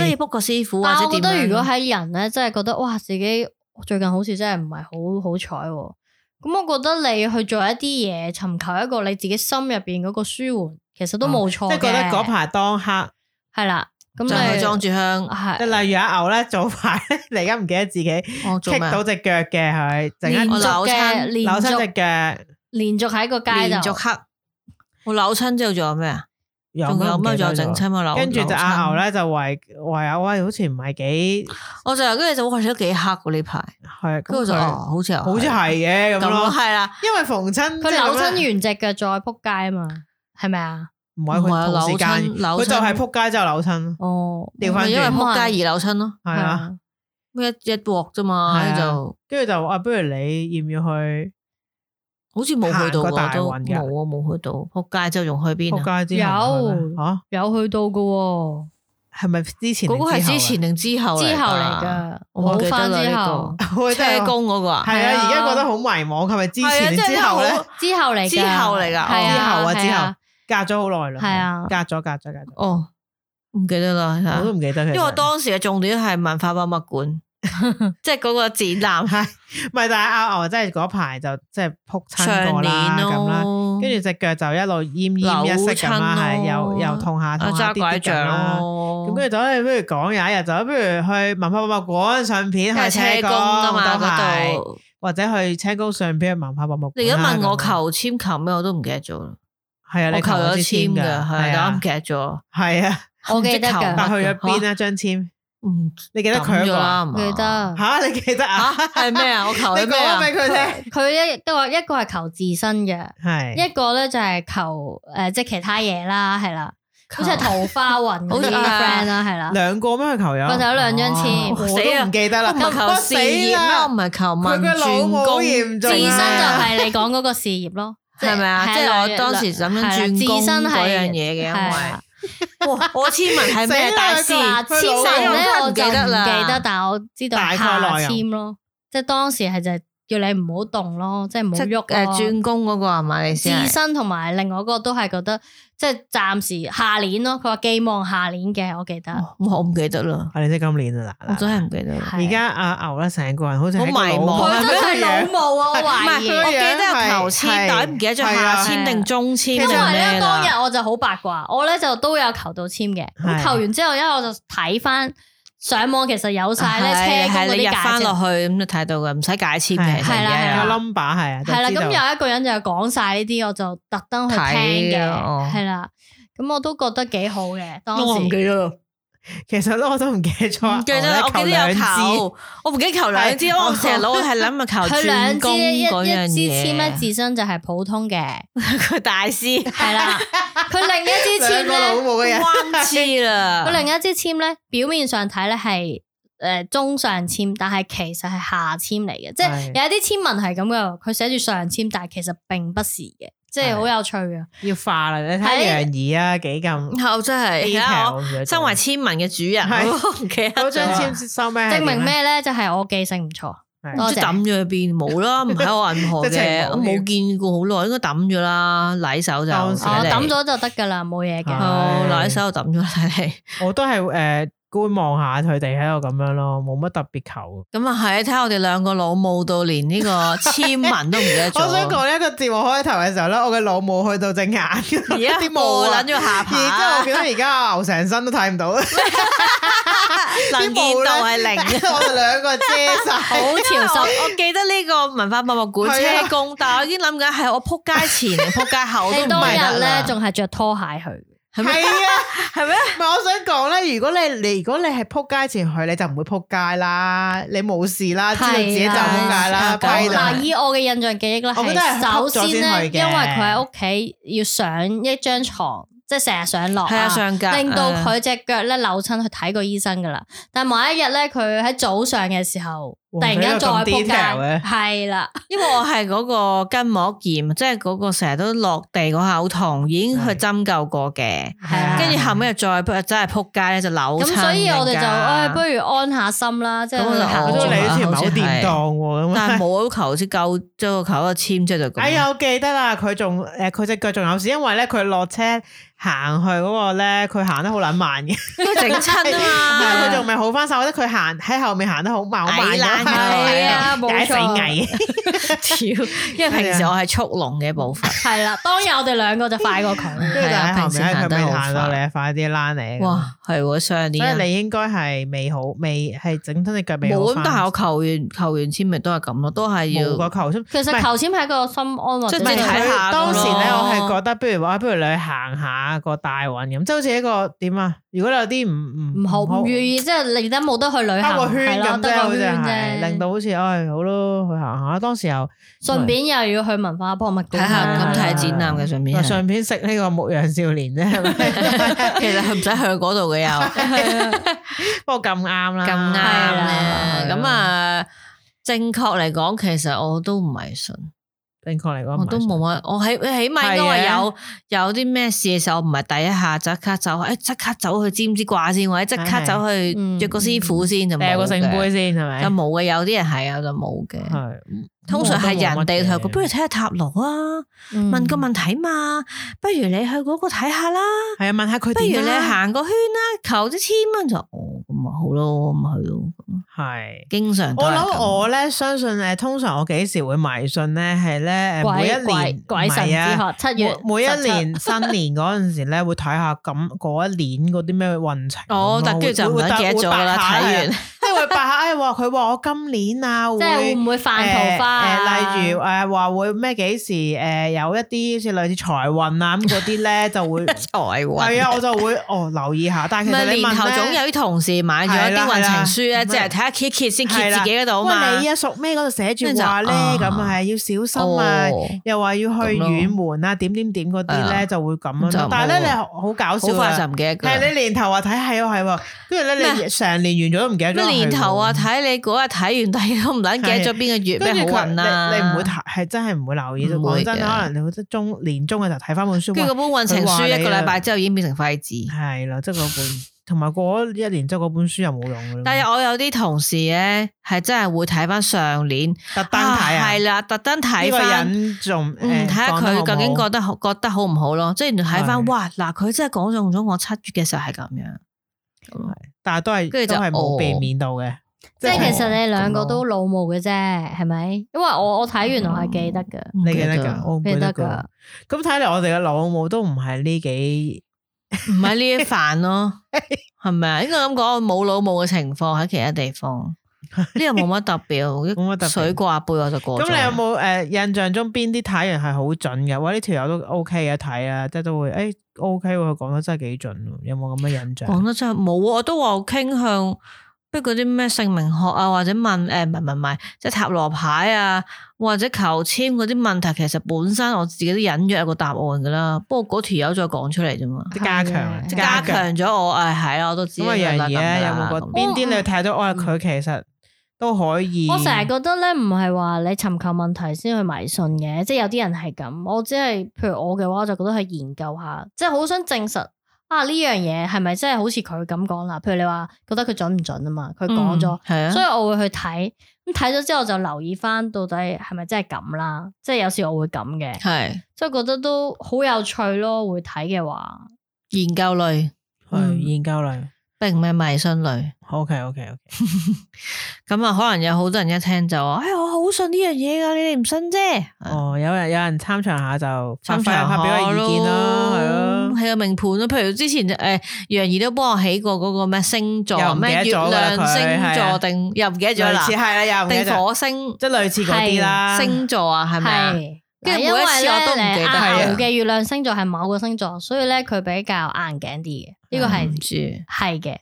[SPEAKER 6] 係
[SPEAKER 5] book 個師傅或
[SPEAKER 4] 但係
[SPEAKER 5] 者
[SPEAKER 4] 我覺
[SPEAKER 5] 點
[SPEAKER 4] 得
[SPEAKER 5] 樣。
[SPEAKER 4] 如果喺人咧，真係覺得哇，自己最近好似真係唔係好好彩喎。咁我覺得你去做一啲嘢，尋求一個你自己心入邊嗰個舒緩，其實都冇錯
[SPEAKER 6] 即
[SPEAKER 4] 嘅。
[SPEAKER 6] 係覺得嗰排當刻，
[SPEAKER 4] 係啦，咁哦
[SPEAKER 5] 就
[SPEAKER 4] 你
[SPEAKER 5] 去裝住香，
[SPEAKER 6] 即
[SPEAKER 4] 係
[SPEAKER 6] 係 例如阿牛咧，早排你而家唔記得自己
[SPEAKER 5] 我做
[SPEAKER 6] 棘
[SPEAKER 5] 咩啊？
[SPEAKER 6] 到只腳嘅佢，陣間
[SPEAKER 4] 連
[SPEAKER 5] 我
[SPEAKER 4] 續
[SPEAKER 5] 扭
[SPEAKER 4] 嘅，
[SPEAKER 5] 親
[SPEAKER 6] 扭
[SPEAKER 4] 連
[SPEAKER 6] 親隻
[SPEAKER 4] 續
[SPEAKER 6] 腳，
[SPEAKER 4] 連續喺個街
[SPEAKER 5] 連
[SPEAKER 4] 度
[SPEAKER 5] 續，黑，我扭親之後仲有咩啊？
[SPEAKER 6] 有
[SPEAKER 5] 仲有
[SPEAKER 6] 唔
[SPEAKER 5] 咩
[SPEAKER 6] 記
[SPEAKER 5] 仲有
[SPEAKER 6] 得
[SPEAKER 5] 整
[SPEAKER 6] 咗
[SPEAKER 5] 親我扭，
[SPEAKER 6] 跟住就阿牛
[SPEAKER 5] 扭親，
[SPEAKER 6] 咧就為為阿威好似唔係幾
[SPEAKER 5] 我就跟住就哇你都幾黑喎呢排，跟
[SPEAKER 6] 係，
[SPEAKER 5] 住
[SPEAKER 6] 咁
[SPEAKER 5] 就
[SPEAKER 6] 佢
[SPEAKER 5] 哦好似又
[SPEAKER 6] 好似係嘅咁
[SPEAKER 5] 咁咯，
[SPEAKER 6] 咯，
[SPEAKER 5] 係啦，
[SPEAKER 6] 因為逢親
[SPEAKER 4] 佢扭親完隻腳再撲街啊嘛，係咪啊？
[SPEAKER 6] 唔係佢同時間，
[SPEAKER 5] 唔係扭親
[SPEAKER 6] 佢就係撲街之後扭親，
[SPEAKER 4] 哦，
[SPEAKER 6] 調翻
[SPEAKER 5] 咪因為
[SPEAKER 6] 轉
[SPEAKER 5] 撲街而扭親咯，
[SPEAKER 6] 係啊，，
[SPEAKER 5] 一一鑊啫嘛，
[SPEAKER 6] 係啊
[SPEAKER 5] 就
[SPEAKER 6] 跟住就啊，不如你要唔要去
[SPEAKER 5] 好似冇去到
[SPEAKER 6] 行過大
[SPEAKER 5] 喎，都
[SPEAKER 6] 運㗎
[SPEAKER 5] 冇啊冇去到，撲街之後仲去邊啊？
[SPEAKER 6] 撲街之後
[SPEAKER 4] 有
[SPEAKER 6] 去咩啊？
[SPEAKER 4] 有去到噶喎。
[SPEAKER 6] 係咪之啊前
[SPEAKER 5] 嗰個係之 前定之後
[SPEAKER 4] 之
[SPEAKER 5] 㗎
[SPEAKER 4] 後嚟噶，
[SPEAKER 5] 我唔記
[SPEAKER 4] 冇
[SPEAKER 5] 得
[SPEAKER 4] 翻
[SPEAKER 5] 啦
[SPEAKER 4] 之
[SPEAKER 5] 呢
[SPEAKER 4] 後，
[SPEAKER 5] 個
[SPEAKER 6] 佢
[SPEAKER 5] 車公嗰個啊，
[SPEAKER 6] 係
[SPEAKER 4] 係
[SPEAKER 6] 啊，
[SPEAKER 4] 啊
[SPEAKER 6] 而家覺得好迷茫，係咪之前
[SPEAKER 5] 係啊真係
[SPEAKER 6] 之後咧
[SPEAKER 5] 好
[SPEAKER 4] 之後嚟㗎，
[SPEAKER 5] 之後嚟㗎哦
[SPEAKER 4] 係
[SPEAKER 5] 之
[SPEAKER 4] 啊，
[SPEAKER 6] 後啊
[SPEAKER 4] 係啊，
[SPEAKER 6] 隔咗好耐啦？
[SPEAKER 4] 係啊
[SPEAKER 6] 隔咗隔咗隔
[SPEAKER 5] 哦唔記得啦，係
[SPEAKER 6] 咗，
[SPEAKER 5] 啊
[SPEAKER 6] 我都唔記得嘅。
[SPEAKER 5] 因為我當時嘅重點係文化博物 館，即係嗰個展覽
[SPEAKER 6] 係唔係，但係阿牛真係嗰排就即係撲親過
[SPEAKER 5] 上
[SPEAKER 6] 啦
[SPEAKER 5] 年
[SPEAKER 6] 咁啦。
[SPEAKER 5] 咯，
[SPEAKER 6] 跟住只腳就一路奄奄一息咁啦，係又
[SPEAKER 5] 扭親咯
[SPEAKER 6] 又痛下
[SPEAKER 5] 啊
[SPEAKER 6] 痛下
[SPEAKER 5] 揸
[SPEAKER 6] 啲
[SPEAKER 5] 拐
[SPEAKER 6] 啲咁
[SPEAKER 5] 杖
[SPEAKER 6] 啦。
[SPEAKER 5] 咯，
[SPEAKER 6] 咁跟住就誒，不如講有一日就不如去文化博物館上片，
[SPEAKER 5] 因為
[SPEAKER 6] 去
[SPEAKER 5] 車
[SPEAKER 6] 車
[SPEAKER 5] 公噶
[SPEAKER 6] 公
[SPEAKER 5] 嘛
[SPEAKER 6] 都係
[SPEAKER 5] 嗰度。
[SPEAKER 6] 或者去車公上片去文化博物館啦。
[SPEAKER 5] 你而家問我
[SPEAKER 6] 咁啊
[SPEAKER 5] 求簽求咩，我都唔記得咗啦。
[SPEAKER 6] 係啊，
[SPEAKER 5] 我
[SPEAKER 6] 你
[SPEAKER 5] 求咗簽
[SPEAKER 6] 㗎，
[SPEAKER 5] 嘅，係
[SPEAKER 6] 係
[SPEAKER 5] 但我
[SPEAKER 6] 啊
[SPEAKER 5] 唔，記得咗。
[SPEAKER 6] 係啊，
[SPEAKER 4] 我記得
[SPEAKER 5] 唔知球
[SPEAKER 6] 但
[SPEAKER 4] 㗎，
[SPEAKER 6] 去咗邊
[SPEAKER 5] 嚇
[SPEAKER 6] 啊？張簽，
[SPEAKER 5] 唔
[SPEAKER 6] 你記得佢
[SPEAKER 5] 抌咗
[SPEAKER 6] 一個啊
[SPEAKER 5] 啦，係嘛
[SPEAKER 4] 記
[SPEAKER 5] 哦
[SPEAKER 4] 得
[SPEAKER 6] 吓？你記得啊？
[SPEAKER 5] 嚇係咩啊？我求
[SPEAKER 6] 你
[SPEAKER 5] 咗咩
[SPEAKER 6] 講
[SPEAKER 5] 啊
[SPEAKER 6] 俾？佢聽，
[SPEAKER 4] 佢一都話一個係求自身嘅，
[SPEAKER 6] 係
[SPEAKER 5] 嗯
[SPEAKER 4] 一個咧就係求誒即係其他嘢啦，係啦，好
[SPEAKER 5] 求
[SPEAKER 4] 似係桃花運嗰啲
[SPEAKER 5] 好似啊
[SPEAKER 4] friend 啦，係啦，
[SPEAKER 6] 兩個咩？佢求
[SPEAKER 4] 我就
[SPEAKER 6] 有，
[SPEAKER 4] 有兩張
[SPEAKER 5] 哦
[SPEAKER 4] 簽，
[SPEAKER 6] 我
[SPEAKER 5] 死
[SPEAKER 6] 都
[SPEAKER 5] 啊
[SPEAKER 6] 唔記得啦。
[SPEAKER 5] 我唔係
[SPEAKER 6] 哇
[SPEAKER 5] 求事
[SPEAKER 6] 死
[SPEAKER 5] 業
[SPEAKER 6] 啦
[SPEAKER 5] 咩？我唔係求
[SPEAKER 6] 佢
[SPEAKER 5] 問
[SPEAKER 6] 個老
[SPEAKER 5] 轉
[SPEAKER 6] 母好
[SPEAKER 5] 工，
[SPEAKER 6] 嚴重
[SPEAKER 4] 自
[SPEAKER 6] 啊
[SPEAKER 4] 身就係你講嗰個事業咯，即
[SPEAKER 5] 係咪啊？即係我當時諗緊轉工
[SPEAKER 4] 啊自身
[SPEAKER 5] 嗰
[SPEAKER 4] 係
[SPEAKER 5] 樣嘢嘅，
[SPEAKER 4] 係
[SPEAKER 5] 因為
[SPEAKER 4] 啊
[SPEAKER 5] 哇我簽文係
[SPEAKER 6] 死
[SPEAKER 5] 咩
[SPEAKER 6] 啦
[SPEAKER 5] 大
[SPEAKER 6] 佢話
[SPEAKER 4] 嗱，
[SPEAKER 5] 師？
[SPEAKER 6] 佢老
[SPEAKER 4] 簽
[SPEAKER 6] 友
[SPEAKER 4] 文咧
[SPEAKER 5] 真係
[SPEAKER 4] 我
[SPEAKER 5] 唔
[SPEAKER 4] 就
[SPEAKER 5] 記
[SPEAKER 4] 唔
[SPEAKER 5] 得啦
[SPEAKER 4] 記得，但我知道係
[SPEAKER 6] 大概
[SPEAKER 4] 下
[SPEAKER 6] 內容
[SPEAKER 4] 簽咯，即係當時係就係叫你唔好動咯，即係唔好
[SPEAKER 5] 即
[SPEAKER 4] 喐
[SPEAKER 5] 誒
[SPEAKER 4] 咯
[SPEAKER 5] 轉工嗰個係咪？你先
[SPEAKER 4] 自
[SPEAKER 5] 係
[SPEAKER 4] 身同埋另外嗰個都係覺得即係暫時下年咯，佢話寄望下年嘅，我記得
[SPEAKER 5] 哇我唔記得啦，
[SPEAKER 6] 啊！你即係今年啊
[SPEAKER 5] 我
[SPEAKER 6] 嗱嗱
[SPEAKER 5] 真係唔記得啦。
[SPEAKER 4] 係
[SPEAKER 6] 而家阿牛咧，成個人好似喺個
[SPEAKER 5] 好迷
[SPEAKER 6] 老
[SPEAKER 5] 茫
[SPEAKER 6] 母
[SPEAKER 5] 啊
[SPEAKER 4] 佢真係老母啊，我
[SPEAKER 5] 唔
[SPEAKER 4] 懷 疑
[SPEAKER 5] 係，。我記得係求
[SPEAKER 6] 係
[SPEAKER 5] 簽，但係唔記得咗
[SPEAKER 6] 係啊
[SPEAKER 5] 下簽定中簽定
[SPEAKER 4] 啊因為咧
[SPEAKER 5] 咩
[SPEAKER 4] 當日
[SPEAKER 5] 啦。
[SPEAKER 4] 我就好八
[SPEAKER 5] 啊
[SPEAKER 4] 卦，我咧就都有求到簽嘅，
[SPEAKER 6] 係
[SPEAKER 4] 咁求完之後，因為我就睇翻上網，其實有晒咧
[SPEAKER 5] 啊係
[SPEAKER 4] 車
[SPEAKER 5] 係
[SPEAKER 4] 工嗰
[SPEAKER 5] 你入
[SPEAKER 4] 啲
[SPEAKER 5] 翻
[SPEAKER 4] 解
[SPEAKER 5] 落
[SPEAKER 4] 釋
[SPEAKER 5] 去咁就睇到嘅，唔使解簽
[SPEAKER 6] 係
[SPEAKER 5] 嘅。其實
[SPEAKER 4] 係啦
[SPEAKER 5] 而家
[SPEAKER 4] 係
[SPEAKER 5] 有
[SPEAKER 6] 個
[SPEAKER 4] 啦
[SPEAKER 6] number 係啊，就
[SPEAKER 4] 係啦，
[SPEAKER 6] 知
[SPEAKER 4] 咁
[SPEAKER 6] 道
[SPEAKER 4] 有一個人就講晒呢啲，我就特登去聽
[SPEAKER 5] 睇
[SPEAKER 4] 嘅，
[SPEAKER 5] 哦
[SPEAKER 4] 係啦，咁我都覺得幾好嘅。當
[SPEAKER 5] 我唔
[SPEAKER 4] 時
[SPEAKER 5] 記得啦，
[SPEAKER 6] 其實咧我都唔記得咗，哦
[SPEAKER 5] 唔記得啦，
[SPEAKER 6] 我
[SPEAKER 5] 我
[SPEAKER 6] 呢
[SPEAKER 5] 記得
[SPEAKER 6] 兩
[SPEAKER 5] 有
[SPEAKER 6] 支，
[SPEAKER 5] 求，我唔記得求兩支，
[SPEAKER 6] 係
[SPEAKER 5] 我成日腦係諗咪求
[SPEAKER 4] 佢兩
[SPEAKER 5] 轉
[SPEAKER 4] 支
[SPEAKER 5] 工
[SPEAKER 4] 一
[SPEAKER 5] 嗰樣
[SPEAKER 4] 一支簽咧，
[SPEAKER 5] 嘢。
[SPEAKER 4] 自身就係普通嘅，
[SPEAKER 5] 佢大師
[SPEAKER 4] 係啦。佢另一支簽
[SPEAKER 6] 兩個老
[SPEAKER 4] 咧，
[SPEAKER 6] 母嘅人，
[SPEAKER 5] 彎支
[SPEAKER 4] 佢
[SPEAKER 5] 啦，
[SPEAKER 4] 另一支簽咧，表面上睇咧係誒中上簽，但係其實係下簽嚟嘅，即係
[SPEAKER 6] 係
[SPEAKER 4] 有一啲簽文係咁嘅，佢寫住上簽，但係其實並不是嘅，即係好有趣嘅。
[SPEAKER 6] 要化啦，你睇
[SPEAKER 4] 喺
[SPEAKER 6] 楊怡啊，幾咁
[SPEAKER 5] 後真係而家我
[SPEAKER 6] detail
[SPEAKER 5] 身為簽文嘅主人，
[SPEAKER 6] 係
[SPEAKER 5] 我唔記得
[SPEAKER 6] 嗰張
[SPEAKER 5] 咗
[SPEAKER 6] 簽收咩？
[SPEAKER 4] 證明？咩咧？就係我記性唔錯，
[SPEAKER 6] 係
[SPEAKER 5] 唔
[SPEAKER 4] 多
[SPEAKER 5] 知
[SPEAKER 4] 謝
[SPEAKER 5] 抌。咗去邊，冇啦，唔喺我 銀行
[SPEAKER 6] 即係
[SPEAKER 5] 嘅，
[SPEAKER 6] 冇
[SPEAKER 5] 我冇
[SPEAKER 6] 添
[SPEAKER 5] 見過好耐，應該抌咗啦，攋手就
[SPEAKER 6] 當時
[SPEAKER 4] 哦，
[SPEAKER 5] 睇嚟
[SPEAKER 4] 抌咗就得噶啦，冇嘢嘅。
[SPEAKER 6] 啊
[SPEAKER 5] 哦，攋手就抌咗睇嚟，
[SPEAKER 6] 我都係诶觀望下佢哋喺度咁樣咯，冇乜特別求。
[SPEAKER 5] 咁啊係，睇下我哋兩個老母到連呢 個簽文都唔記得
[SPEAKER 6] 我
[SPEAKER 5] 咗，
[SPEAKER 6] 想講呢個節目開頭嘅時候咧，我嘅老母去到隻眼， 而
[SPEAKER 5] 而家
[SPEAKER 6] 啲毛
[SPEAKER 5] 冇
[SPEAKER 6] 啊
[SPEAKER 5] 撚，咗下
[SPEAKER 6] 然之後我
[SPEAKER 5] 巴，
[SPEAKER 6] 見到而家牛成身都睇唔到，
[SPEAKER 5] 能見度係零。
[SPEAKER 6] 我哋兩個遮
[SPEAKER 4] 好
[SPEAKER 6] 晒。
[SPEAKER 4] 潮濕。
[SPEAKER 5] 我我記得呢個文化博物館
[SPEAKER 6] 係啊
[SPEAKER 5] 車公，但我已經諗緊係我撲街前定撲街後都
[SPEAKER 4] 你
[SPEAKER 5] 唔
[SPEAKER 4] 當
[SPEAKER 5] 記得
[SPEAKER 4] 日
[SPEAKER 5] 啦
[SPEAKER 4] 咧仲係着拖鞋去，
[SPEAKER 5] 係
[SPEAKER 6] 係
[SPEAKER 5] 咪？
[SPEAKER 6] 啊，
[SPEAKER 5] 係咩？
[SPEAKER 6] 唔係我想講咧，如果你你如果你係撲街前去，你就唔會撲街啦，你冇事啦，知道自己就撲街啦，
[SPEAKER 5] 係啊
[SPEAKER 6] 批啦
[SPEAKER 4] 啊嗱，。以我嘅印象記憶咧，
[SPEAKER 6] 我覺得
[SPEAKER 4] 係
[SPEAKER 6] 係
[SPEAKER 4] 首先咧，
[SPEAKER 6] 黑咗先去嘅
[SPEAKER 4] 因為佢喺屋企要上一張床，即係成日上落
[SPEAKER 5] 係啊
[SPEAKER 4] 啊，
[SPEAKER 5] 上嗯格
[SPEAKER 4] 令到佢只腳咧扭親去睇過醫生噶啦。但某一日咧，佢喺早上嘅時候，突
[SPEAKER 6] 哇
[SPEAKER 4] 然間再仆
[SPEAKER 6] 你都咁 detail 嘅
[SPEAKER 4] 街，係啦，
[SPEAKER 5] 因為我係嗰個筋膜炎，即係嗰個成日都落地嗰下好痛，已經去針灸過嘅。
[SPEAKER 4] 係啊。
[SPEAKER 5] 跟住後尾又再真係撲街咧，就扭親
[SPEAKER 4] 咁所以我哋就誒，
[SPEAKER 5] 人家
[SPEAKER 4] 不如安下心啦，即係
[SPEAKER 5] 咁我就
[SPEAKER 4] 去行
[SPEAKER 6] 我
[SPEAKER 5] 我
[SPEAKER 6] 都
[SPEAKER 4] 咗
[SPEAKER 6] 你
[SPEAKER 5] 好
[SPEAKER 6] 呢
[SPEAKER 5] 似
[SPEAKER 6] 條某電檔喎 咁啊
[SPEAKER 5] 但係冇球先救，將個球個簽即係就咁。
[SPEAKER 6] 哎呀，我記得啦，佢仲誒佢只腳仲有事，因為咧佢落車行去嗰個咧，佢行得好撚慢嘅，
[SPEAKER 5] 因為整親啊哎嘛，
[SPEAKER 6] 因 為佢仲未好翻手，我覺得佢行喺後面行得好慢，好慢
[SPEAKER 5] 矮懶
[SPEAKER 6] 係
[SPEAKER 4] 係啊冇錯
[SPEAKER 6] 踩死蟻，
[SPEAKER 5] 屌，
[SPEAKER 6] 啊
[SPEAKER 5] 因為平時我係速龍嘅部 分。啊
[SPEAKER 4] 係啦，當日我哋兩個就快過 佢。
[SPEAKER 6] 跟住就喺啊後
[SPEAKER 5] 平時
[SPEAKER 6] 面
[SPEAKER 5] 行
[SPEAKER 6] 佢
[SPEAKER 5] 得
[SPEAKER 6] 未
[SPEAKER 5] 好
[SPEAKER 6] 行到
[SPEAKER 5] 快
[SPEAKER 6] 你，快啲拉你。！
[SPEAKER 5] 哇，係喎，上
[SPEAKER 6] 所
[SPEAKER 5] 年
[SPEAKER 6] 以
[SPEAKER 5] 啊
[SPEAKER 6] 你應該係未好，未係整親只腳未好
[SPEAKER 5] 冇咁，
[SPEAKER 6] 返
[SPEAKER 5] 但係我球員球員簽咪都係咁咯，都係要
[SPEAKER 6] 冇個球
[SPEAKER 4] 其實頭先係一個心安或者
[SPEAKER 5] 即
[SPEAKER 6] 唔
[SPEAKER 5] 係
[SPEAKER 6] 係
[SPEAKER 5] 即係睇下
[SPEAKER 6] 佢
[SPEAKER 5] 㗎
[SPEAKER 6] 當時咧，
[SPEAKER 5] 咯
[SPEAKER 6] 我係覺得，不如話，不如你去行下個大運咁，即係好似一個點啊？如果你有啲唔唔
[SPEAKER 4] 唔好唔如意，即係你而家冇得去旅
[SPEAKER 6] 兜
[SPEAKER 4] 行，
[SPEAKER 6] 個
[SPEAKER 4] 係
[SPEAKER 6] 圈
[SPEAKER 4] 咯，
[SPEAKER 6] 咁
[SPEAKER 4] 得
[SPEAKER 6] 啫，好
[SPEAKER 4] 個
[SPEAKER 6] 似
[SPEAKER 4] 圈
[SPEAKER 6] 係
[SPEAKER 4] 啫。
[SPEAKER 6] 令到好似唉好咯，去行下。當時啊又
[SPEAKER 4] 順便又要去文化博物館啊
[SPEAKER 5] 睇下咁
[SPEAKER 4] 啦
[SPEAKER 5] 睇下展覽嘅上面係。
[SPEAKER 6] 上片食呢個牧羊少年啫，係咪
[SPEAKER 5] 其實佢唔使去嗰度 嘅又。
[SPEAKER 6] 不過咁啱啦，
[SPEAKER 5] 咁啱咧，
[SPEAKER 6] 係
[SPEAKER 5] 咁，啊正確嚟講，其實我都唔係信，
[SPEAKER 6] 正確嚟講
[SPEAKER 5] 我都冇乜，我起起碼應該話
[SPEAKER 6] 係嘅
[SPEAKER 5] 有有啲咩事嘅時候，我唔係第一下即刻走，誒即刻走去占唔知掛先，或者即刻走去
[SPEAKER 4] 嗯
[SPEAKER 5] 約個師傅先就冇
[SPEAKER 6] 掟個聖杯
[SPEAKER 5] 嘅，
[SPEAKER 6] 先係
[SPEAKER 5] 就
[SPEAKER 6] 咪？
[SPEAKER 5] 冇嘅，有啲人係有就冇嘅。
[SPEAKER 6] 係
[SPEAKER 5] 通常係人哋同佢講，不如
[SPEAKER 6] 係
[SPEAKER 5] 睇下塔羅啊，問
[SPEAKER 4] 問
[SPEAKER 5] 個問題嘛，不如你去嗰個睇下啦，
[SPEAKER 6] 啊，問下佢
[SPEAKER 5] 不如
[SPEAKER 6] 點
[SPEAKER 5] 你
[SPEAKER 6] 啦
[SPEAKER 5] 行個圈啦，求啲簽蚊就哦咁咪好咯，咁咪去咯，
[SPEAKER 6] 係。
[SPEAKER 5] 經常都
[SPEAKER 6] 我
[SPEAKER 5] 係咁
[SPEAKER 6] 諗我咧相信誒，通常我幾時會迷信咧？係咧誒，每
[SPEAKER 4] 鬼
[SPEAKER 6] 一年
[SPEAKER 4] 鬼鬼神之
[SPEAKER 6] 唔係啊
[SPEAKER 4] 學，七月
[SPEAKER 6] 每每一
[SPEAKER 4] 十七
[SPEAKER 6] 年新年嗰陣時咧，會睇下咁嗰一年嗰啲咩運程咁咯。
[SPEAKER 5] 哦，但跟住就唔
[SPEAKER 6] 會
[SPEAKER 5] 撚記得咗啦，睇，
[SPEAKER 6] 會會
[SPEAKER 5] 完
[SPEAKER 6] 會白下啊即係會白下。哎，哇！佢話我今 年啊，呃
[SPEAKER 4] 即係會唔會犯桃花啊
[SPEAKER 6] 誒誒例如誒話會咩幾時誒有一啲好似類似財運啊咁嗰啲咧，就會
[SPEAKER 5] 財運。
[SPEAKER 6] 係啊，我就會哦留意下。但
[SPEAKER 5] 唔
[SPEAKER 6] 係其實
[SPEAKER 5] 係
[SPEAKER 6] 你
[SPEAKER 5] 年頭
[SPEAKER 6] 問
[SPEAKER 5] 總有
[SPEAKER 6] 咧。
[SPEAKER 5] 啲同事買咗一啲運程書啊咧，即係睇下揭揭先揭自己嗰度嘛。
[SPEAKER 6] 喂，你啊屬咩嗰度寫住
[SPEAKER 5] 跟住就
[SPEAKER 6] 話咧，
[SPEAKER 5] 啊
[SPEAKER 6] 咁係要小心啊，
[SPEAKER 5] 哦
[SPEAKER 6] 又話要去
[SPEAKER 5] 咁咯
[SPEAKER 6] 遠門啊，點點點嗰啲
[SPEAKER 5] 係啊
[SPEAKER 6] 咧就會咁樣
[SPEAKER 5] 就
[SPEAKER 6] 咯
[SPEAKER 5] 冇。
[SPEAKER 6] 但係咧，你好搞
[SPEAKER 5] 哦好
[SPEAKER 6] 笑
[SPEAKER 5] 快就
[SPEAKER 6] 啊！
[SPEAKER 5] 唔記得㗎
[SPEAKER 6] 係
[SPEAKER 5] 啦。
[SPEAKER 6] 你年頭話睇係喎係喎，跟住咧你成年完咗都唔記得
[SPEAKER 5] 咩
[SPEAKER 6] 咗。
[SPEAKER 5] 年頭啊？
[SPEAKER 6] 係喎
[SPEAKER 5] 睇你嗰日睇完，第二日都唔撚記得咗邊個月
[SPEAKER 6] 跟
[SPEAKER 5] 咩
[SPEAKER 6] 住
[SPEAKER 5] 好
[SPEAKER 6] 佢
[SPEAKER 5] 運啊？
[SPEAKER 6] 你你唔會睇，係真係唔會留意。
[SPEAKER 5] 唔會
[SPEAKER 6] 講真，
[SPEAKER 5] 嘅
[SPEAKER 6] 可能你會即中年中嘅時候睇翻本書，
[SPEAKER 5] 跟住嗰
[SPEAKER 6] 哇
[SPEAKER 5] 本運程書一
[SPEAKER 6] 啊
[SPEAKER 5] 個禮拜之後已經變成廢紙。
[SPEAKER 6] 係啦，即係嗰本，同埋過咗一年之後嗰本書又冇用㗎啦。
[SPEAKER 5] 但係我有啲同事咧，係真係會睇翻上年，
[SPEAKER 6] 特登睇啊，
[SPEAKER 5] 係啦，特登
[SPEAKER 6] 呢
[SPEAKER 5] 睇
[SPEAKER 6] 個
[SPEAKER 5] 翻。
[SPEAKER 6] 人仲
[SPEAKER 5] 嗯，
[SPEAKER 6] 誒
[SPEAKER 5] 睇下
[SPEAKER 6] 講得
[SPEAKER 5] 佢
[SPEAKER 6] 好唔
[SPEAKER 5] 究竟
[SPEAKER 6] 好
[SPEAKER 5] 覺得好覺得好唔好咯，即係原來睇翻，
[SPEAKER 6] 係
[SPEAKER 5] 哇嗱，佢真係講中咗我七月嘅時候係咁樣，
[SPEAKER 6] 但系都系
[SPEAKER 5] 跟住就
[SPEAKER 6] 都系冇
[SPEAKER 5] 哦
[SPEAKER 6] 避免到嘅，
[SPEAKER 4] 即係其實你兩個
[SPEAKER 5] 咁咯
[SPEAKER 4] 都老母嘅啫，係咪？因為我我睇完我係記得嘅，
[SPEAKER 6] 你記得噶，我唔
[SPEAKER 4] 記
[SPEAKER 6] 記
[SPEAKER 4] 得
[SPEAKER 6] 得
[SPEAKER 4] 㗎
[SPEAKER 6] 噶。。咁睇嚟我哋嘅老母都唔係呢幾，
[SPEAKER 5] 唔係呢一範 咯，係咪啊？應該咁講，冇老母嘅情況喺其他地方， 呢個冇乜特別，
[SPEAKER 6] 冇乜特別
[SPEAKER 5] 水掛背我就過咗。
[SPEAKER 6] 咁你有冇诶印象中邊啲睇人係好準嘅？哇！呢條友都 OK 嘅睇啊，即係都會诶 OK 喎，佢講得真係幾準喎，有冇咁嘅印象？
[SPEAKER 5] 講得真係冇啊！我都話我傾向，不過嗰啲咩姓名學啊，或者問誒唔係唔係唔係，即係塔羅牌啊，或者求簽嗰啲問題，其實本身我自己都隱約有個答案噶啦。不過嗰條友再講出嚟啫嘛，
[SPEAKER 6] 即係加強，
[SPEAKER 4] 係啊
[SPEAKER 5] 加
[SPEAKER 6] 強。
[SPEAKER 5] 強咗我誒係啦，我都知嗯
[SPEAKER 6] 咁啊，楊怡
[SPEAKER 5] 咧
[SPEAKER 6] 咧有冇個邊啲你睇到？哇！佢其實都可以。
[SPEAKER 4] 我成日覺得咧，唔係話你尋求問題先去迷信嘅，即係有啲人係咁。我只係譬如我嘅話，我就覺得去研究下，即係好想證實啊呢樣嘢係咪真係好似佢咁講啦？譬如你話覺得佢準唔準啊嘛，佢講咗，
[SPEAKER 5] 係啊
[SPEAKER 4] 所以我會去睇。咁睇咗之後就留意翻到底係咪真係咁啦。即係有時我會咁嘅，
[SPEAKER 5] 係
[SPEAKER 4] 即係覺得都好有趣咯。會睇嘅話，
[SPEAKER 5] 研究類，嗯
[SPEAKER 6] 係研究類。
[SPEAKER 5] 並唔係迷信類。
[SPEAKER 6] OK OK OK，
[SPEAKER 5] 咁啊，可能有好多人一聽就話：，哎，我好信呢樣嘢噶，你哋唔信啫。
[SPEAKER 6] 哦，有人有人參詳下就發
[SPEAKER 5] 啊參詳
[SPEAKER 6] 揮
[SPEAKER 5] 下
[SPEAKER 6] 發表個意見啦，係咯。
[SPEAKER 5] 哦係個命盤咯。譬如之前誒楊怡都幫我起過嗰個咩星座
[SPEAKER 6] 又，唔
[SPEAKER 5] 咩
[SPEAKER 6] 記
[SPEAKER 5] 月
[SPEAKER 6] 得咗㗎啦
[SPEAKER 5] 亮星
[SPEAKER 6] 佢係啊
[SPEAKER 5] 座定又唔記得咗
[SPEAKER 6] 類似
[SPEAKER 5] 啦，
[SPEAKER 6] 係啦，又唔記
[SPEAKER 5] 定
[SPEAKER 6] 得
[SPEAKER 5] 火星
[SPEAKER 6] 即係類似嗰啲啦。
[SPEAKER 5] 星座啊，係咪啊？
[SPEAKER 4] 係，
[SPEAKER 5] 跟
[SPEAKER 4] 嗱
[SPEAKER 5] 住
[SPEAKER 4] 因
[SPEAKER 5] 每一次
[SPEAKER 4] 為
[SPEAKER 5] 我都唔
[SPEAKER 4] 咧
[SPEAKER 5] 記得
[SPEAKER 4] 你
[SPEAKER 6] 係啊
[SPEAKER 4] 牛嘅月亮星座係某個星座，所以咧佢比較硬頸啲嘅，呢個
[SPEAKER 5] 唔
[SPEAKER 4] 係
[SPEAKER 5] 知。
[SPEAKER 4] 係嘅。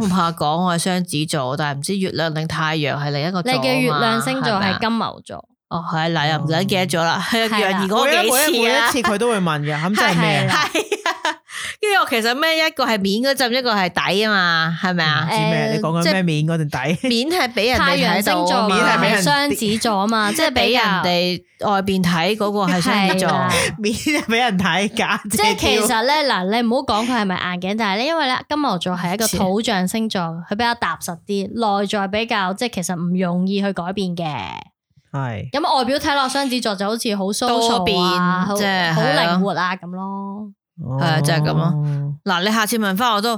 [SPEAKER 5] 我唔怕講，我係雙子座，但係唔知月亮定太陽係另一個
[SPEAKER 4] 你
[SPEAKER 5] 座
[SPEAKER 4] 嘅月亮星座係
[SPEAKER 5] 啊嘛咪啊
[SPEAKER 4] 金牛座，
[SPEAKER 5] 哦，係嗱又唔使記得咗啦，
[SPEAKER 6] 哦
[SPEAKER 5] 係
[SPEAKER 4] 係啦
[SPEAKER 5] 楊怡
[SPEAKER 6] 我
[SPEAKER 5] 講
[SPEAKER 6] 記得每
[SPEAKER 5] 咗幾
[SPEAKER 6] 一每
[SPEAKER 5] 次
[SPEAKER 6] 一
[SPEAKER 5] 啊，
[SPEAKER 6] 次佢都會問嘅，咁即係咩
[SPEAKER 4] 係
[SPEAKER 6] 啊？
[SPEAKER 4] 啦
[SPEAKER 5] 係啊，跟住我其實咩一個係面嗰陣，一個係底啊嘛，係咪
[SPEAKER 6] 唔
[SPEAKER 5] 啊？
[SPEAKER 6] 知咩？你講緊咩面嗰陣底？
[SPEAKER 5] 面係俾人
[SPEAKER 4] 太
[SPEAKER 5] 哋
[SPEAKER 4] 陽
[SPEAKER 5] 睇
[SPEAKER 4] 星
[SPEAKER 5] 到
[SPEAKER 4] 座
[SPEAKER 5] 啊嘛，
[SPEAKER 6] 面係俾人
[SPEAKER 4] 係雙子座啊 嘛，即係
[SPEAKER 5] 俾
[SPEAKER 4] 比
[SPEAKER 5] 人
[SPEAKER 4] 較
[SPEAKER 5] 哋外邊睇嗰個係雙子座
[SPEAKER 4] 係， 啦
[SPEAKER 6] 面係俾人睇假
[SPEAKER 4] 即係其實咧嗱，你唔好講佢係咪硬頸，但係咧因為咧金牛座係一個土象星座，佢比較踏實啲，內在比較即係其實唔容易去改變嘅。
[SPEAKER 6] 係
[SPEAKER 4] 咁外表睇落雙子座就好似好 social
[SPEAKER 5] 多變
[SPEAKER 4] 啊，好
[SPEAKER 5] 即係
[SPEAKER 4] 好
[SPEAKER 5] 係咯
[SPEAKER 4] 靈活啊咁咯。
[SPEAKER 6] 係
[SPEAKER 5] 啊就係咁咯
[SPEAKER 6] 咯。
[SPEAKER 5] 嗱，你下次問翻我都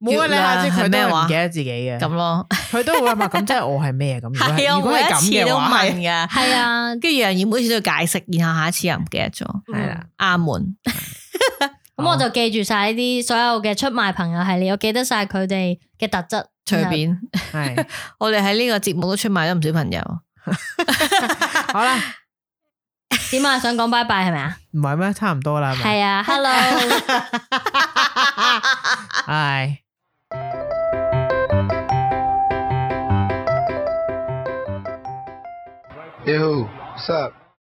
[SPEAKER 6] 冇啊！你下次佢
[SPEAKER 5] 月亮係咩
[SPEAKER 6] 都會
[SPEAKER 5] 話
[SPEAKER 6] 唔記得自己嘅，
[SPEAKER 5] 咁咯，
[SPEAKER 6] 佢都會話咁即係我係咩咁？如果
[SPEAKER 5] 係
[SPEAKER 6] 係
[SPEAKER 5] 啊，
[SPEAKER 6] 如果
[SPEAKER 5] 我每
[SPEAKER 6] 係
[SPEAKER 5] 一
[SPEAKER 6] 咁
[SPEAKER 5] 次
[SPEAKER 6] 嘅
[SPEAKER 5] 都
[SPEAKER 6] 話，
[SPEAKER 5] 問
[SPEAKER 6] 係
[SPEAKER 5] 㗎，
[SPEAKER 4] 係 啊，
[SPEAKER 5] 跟住楊怡每次都要解釋，然後下一次又唔記得咗，
[SPEAKER 6] 係啦，
[SPEAKER 5] 阿門。
[SPEAKER 4] 嗯咁我就記住晒呢啲所有嘅出賣朋友系列，我記得晒佢哋嘅特質。
[SPEAKER 5] 隨便，啊
[SPEAKER 6] 係
[SPEAKER 5] 我哋喺呢個節目都出賣咗唔少朋友。
[SPEAKER 6] 好啦，
[SPEAKER 4] 點啊？想講拜拜係咪啊？
[SPEAKER 6] 唔係咩？差唔多啦，係咪
[SPEAKER 4] 係啊，Hello。
[SPEAKER 6] 唉。
[SPEAKER 7] Yo, what's up?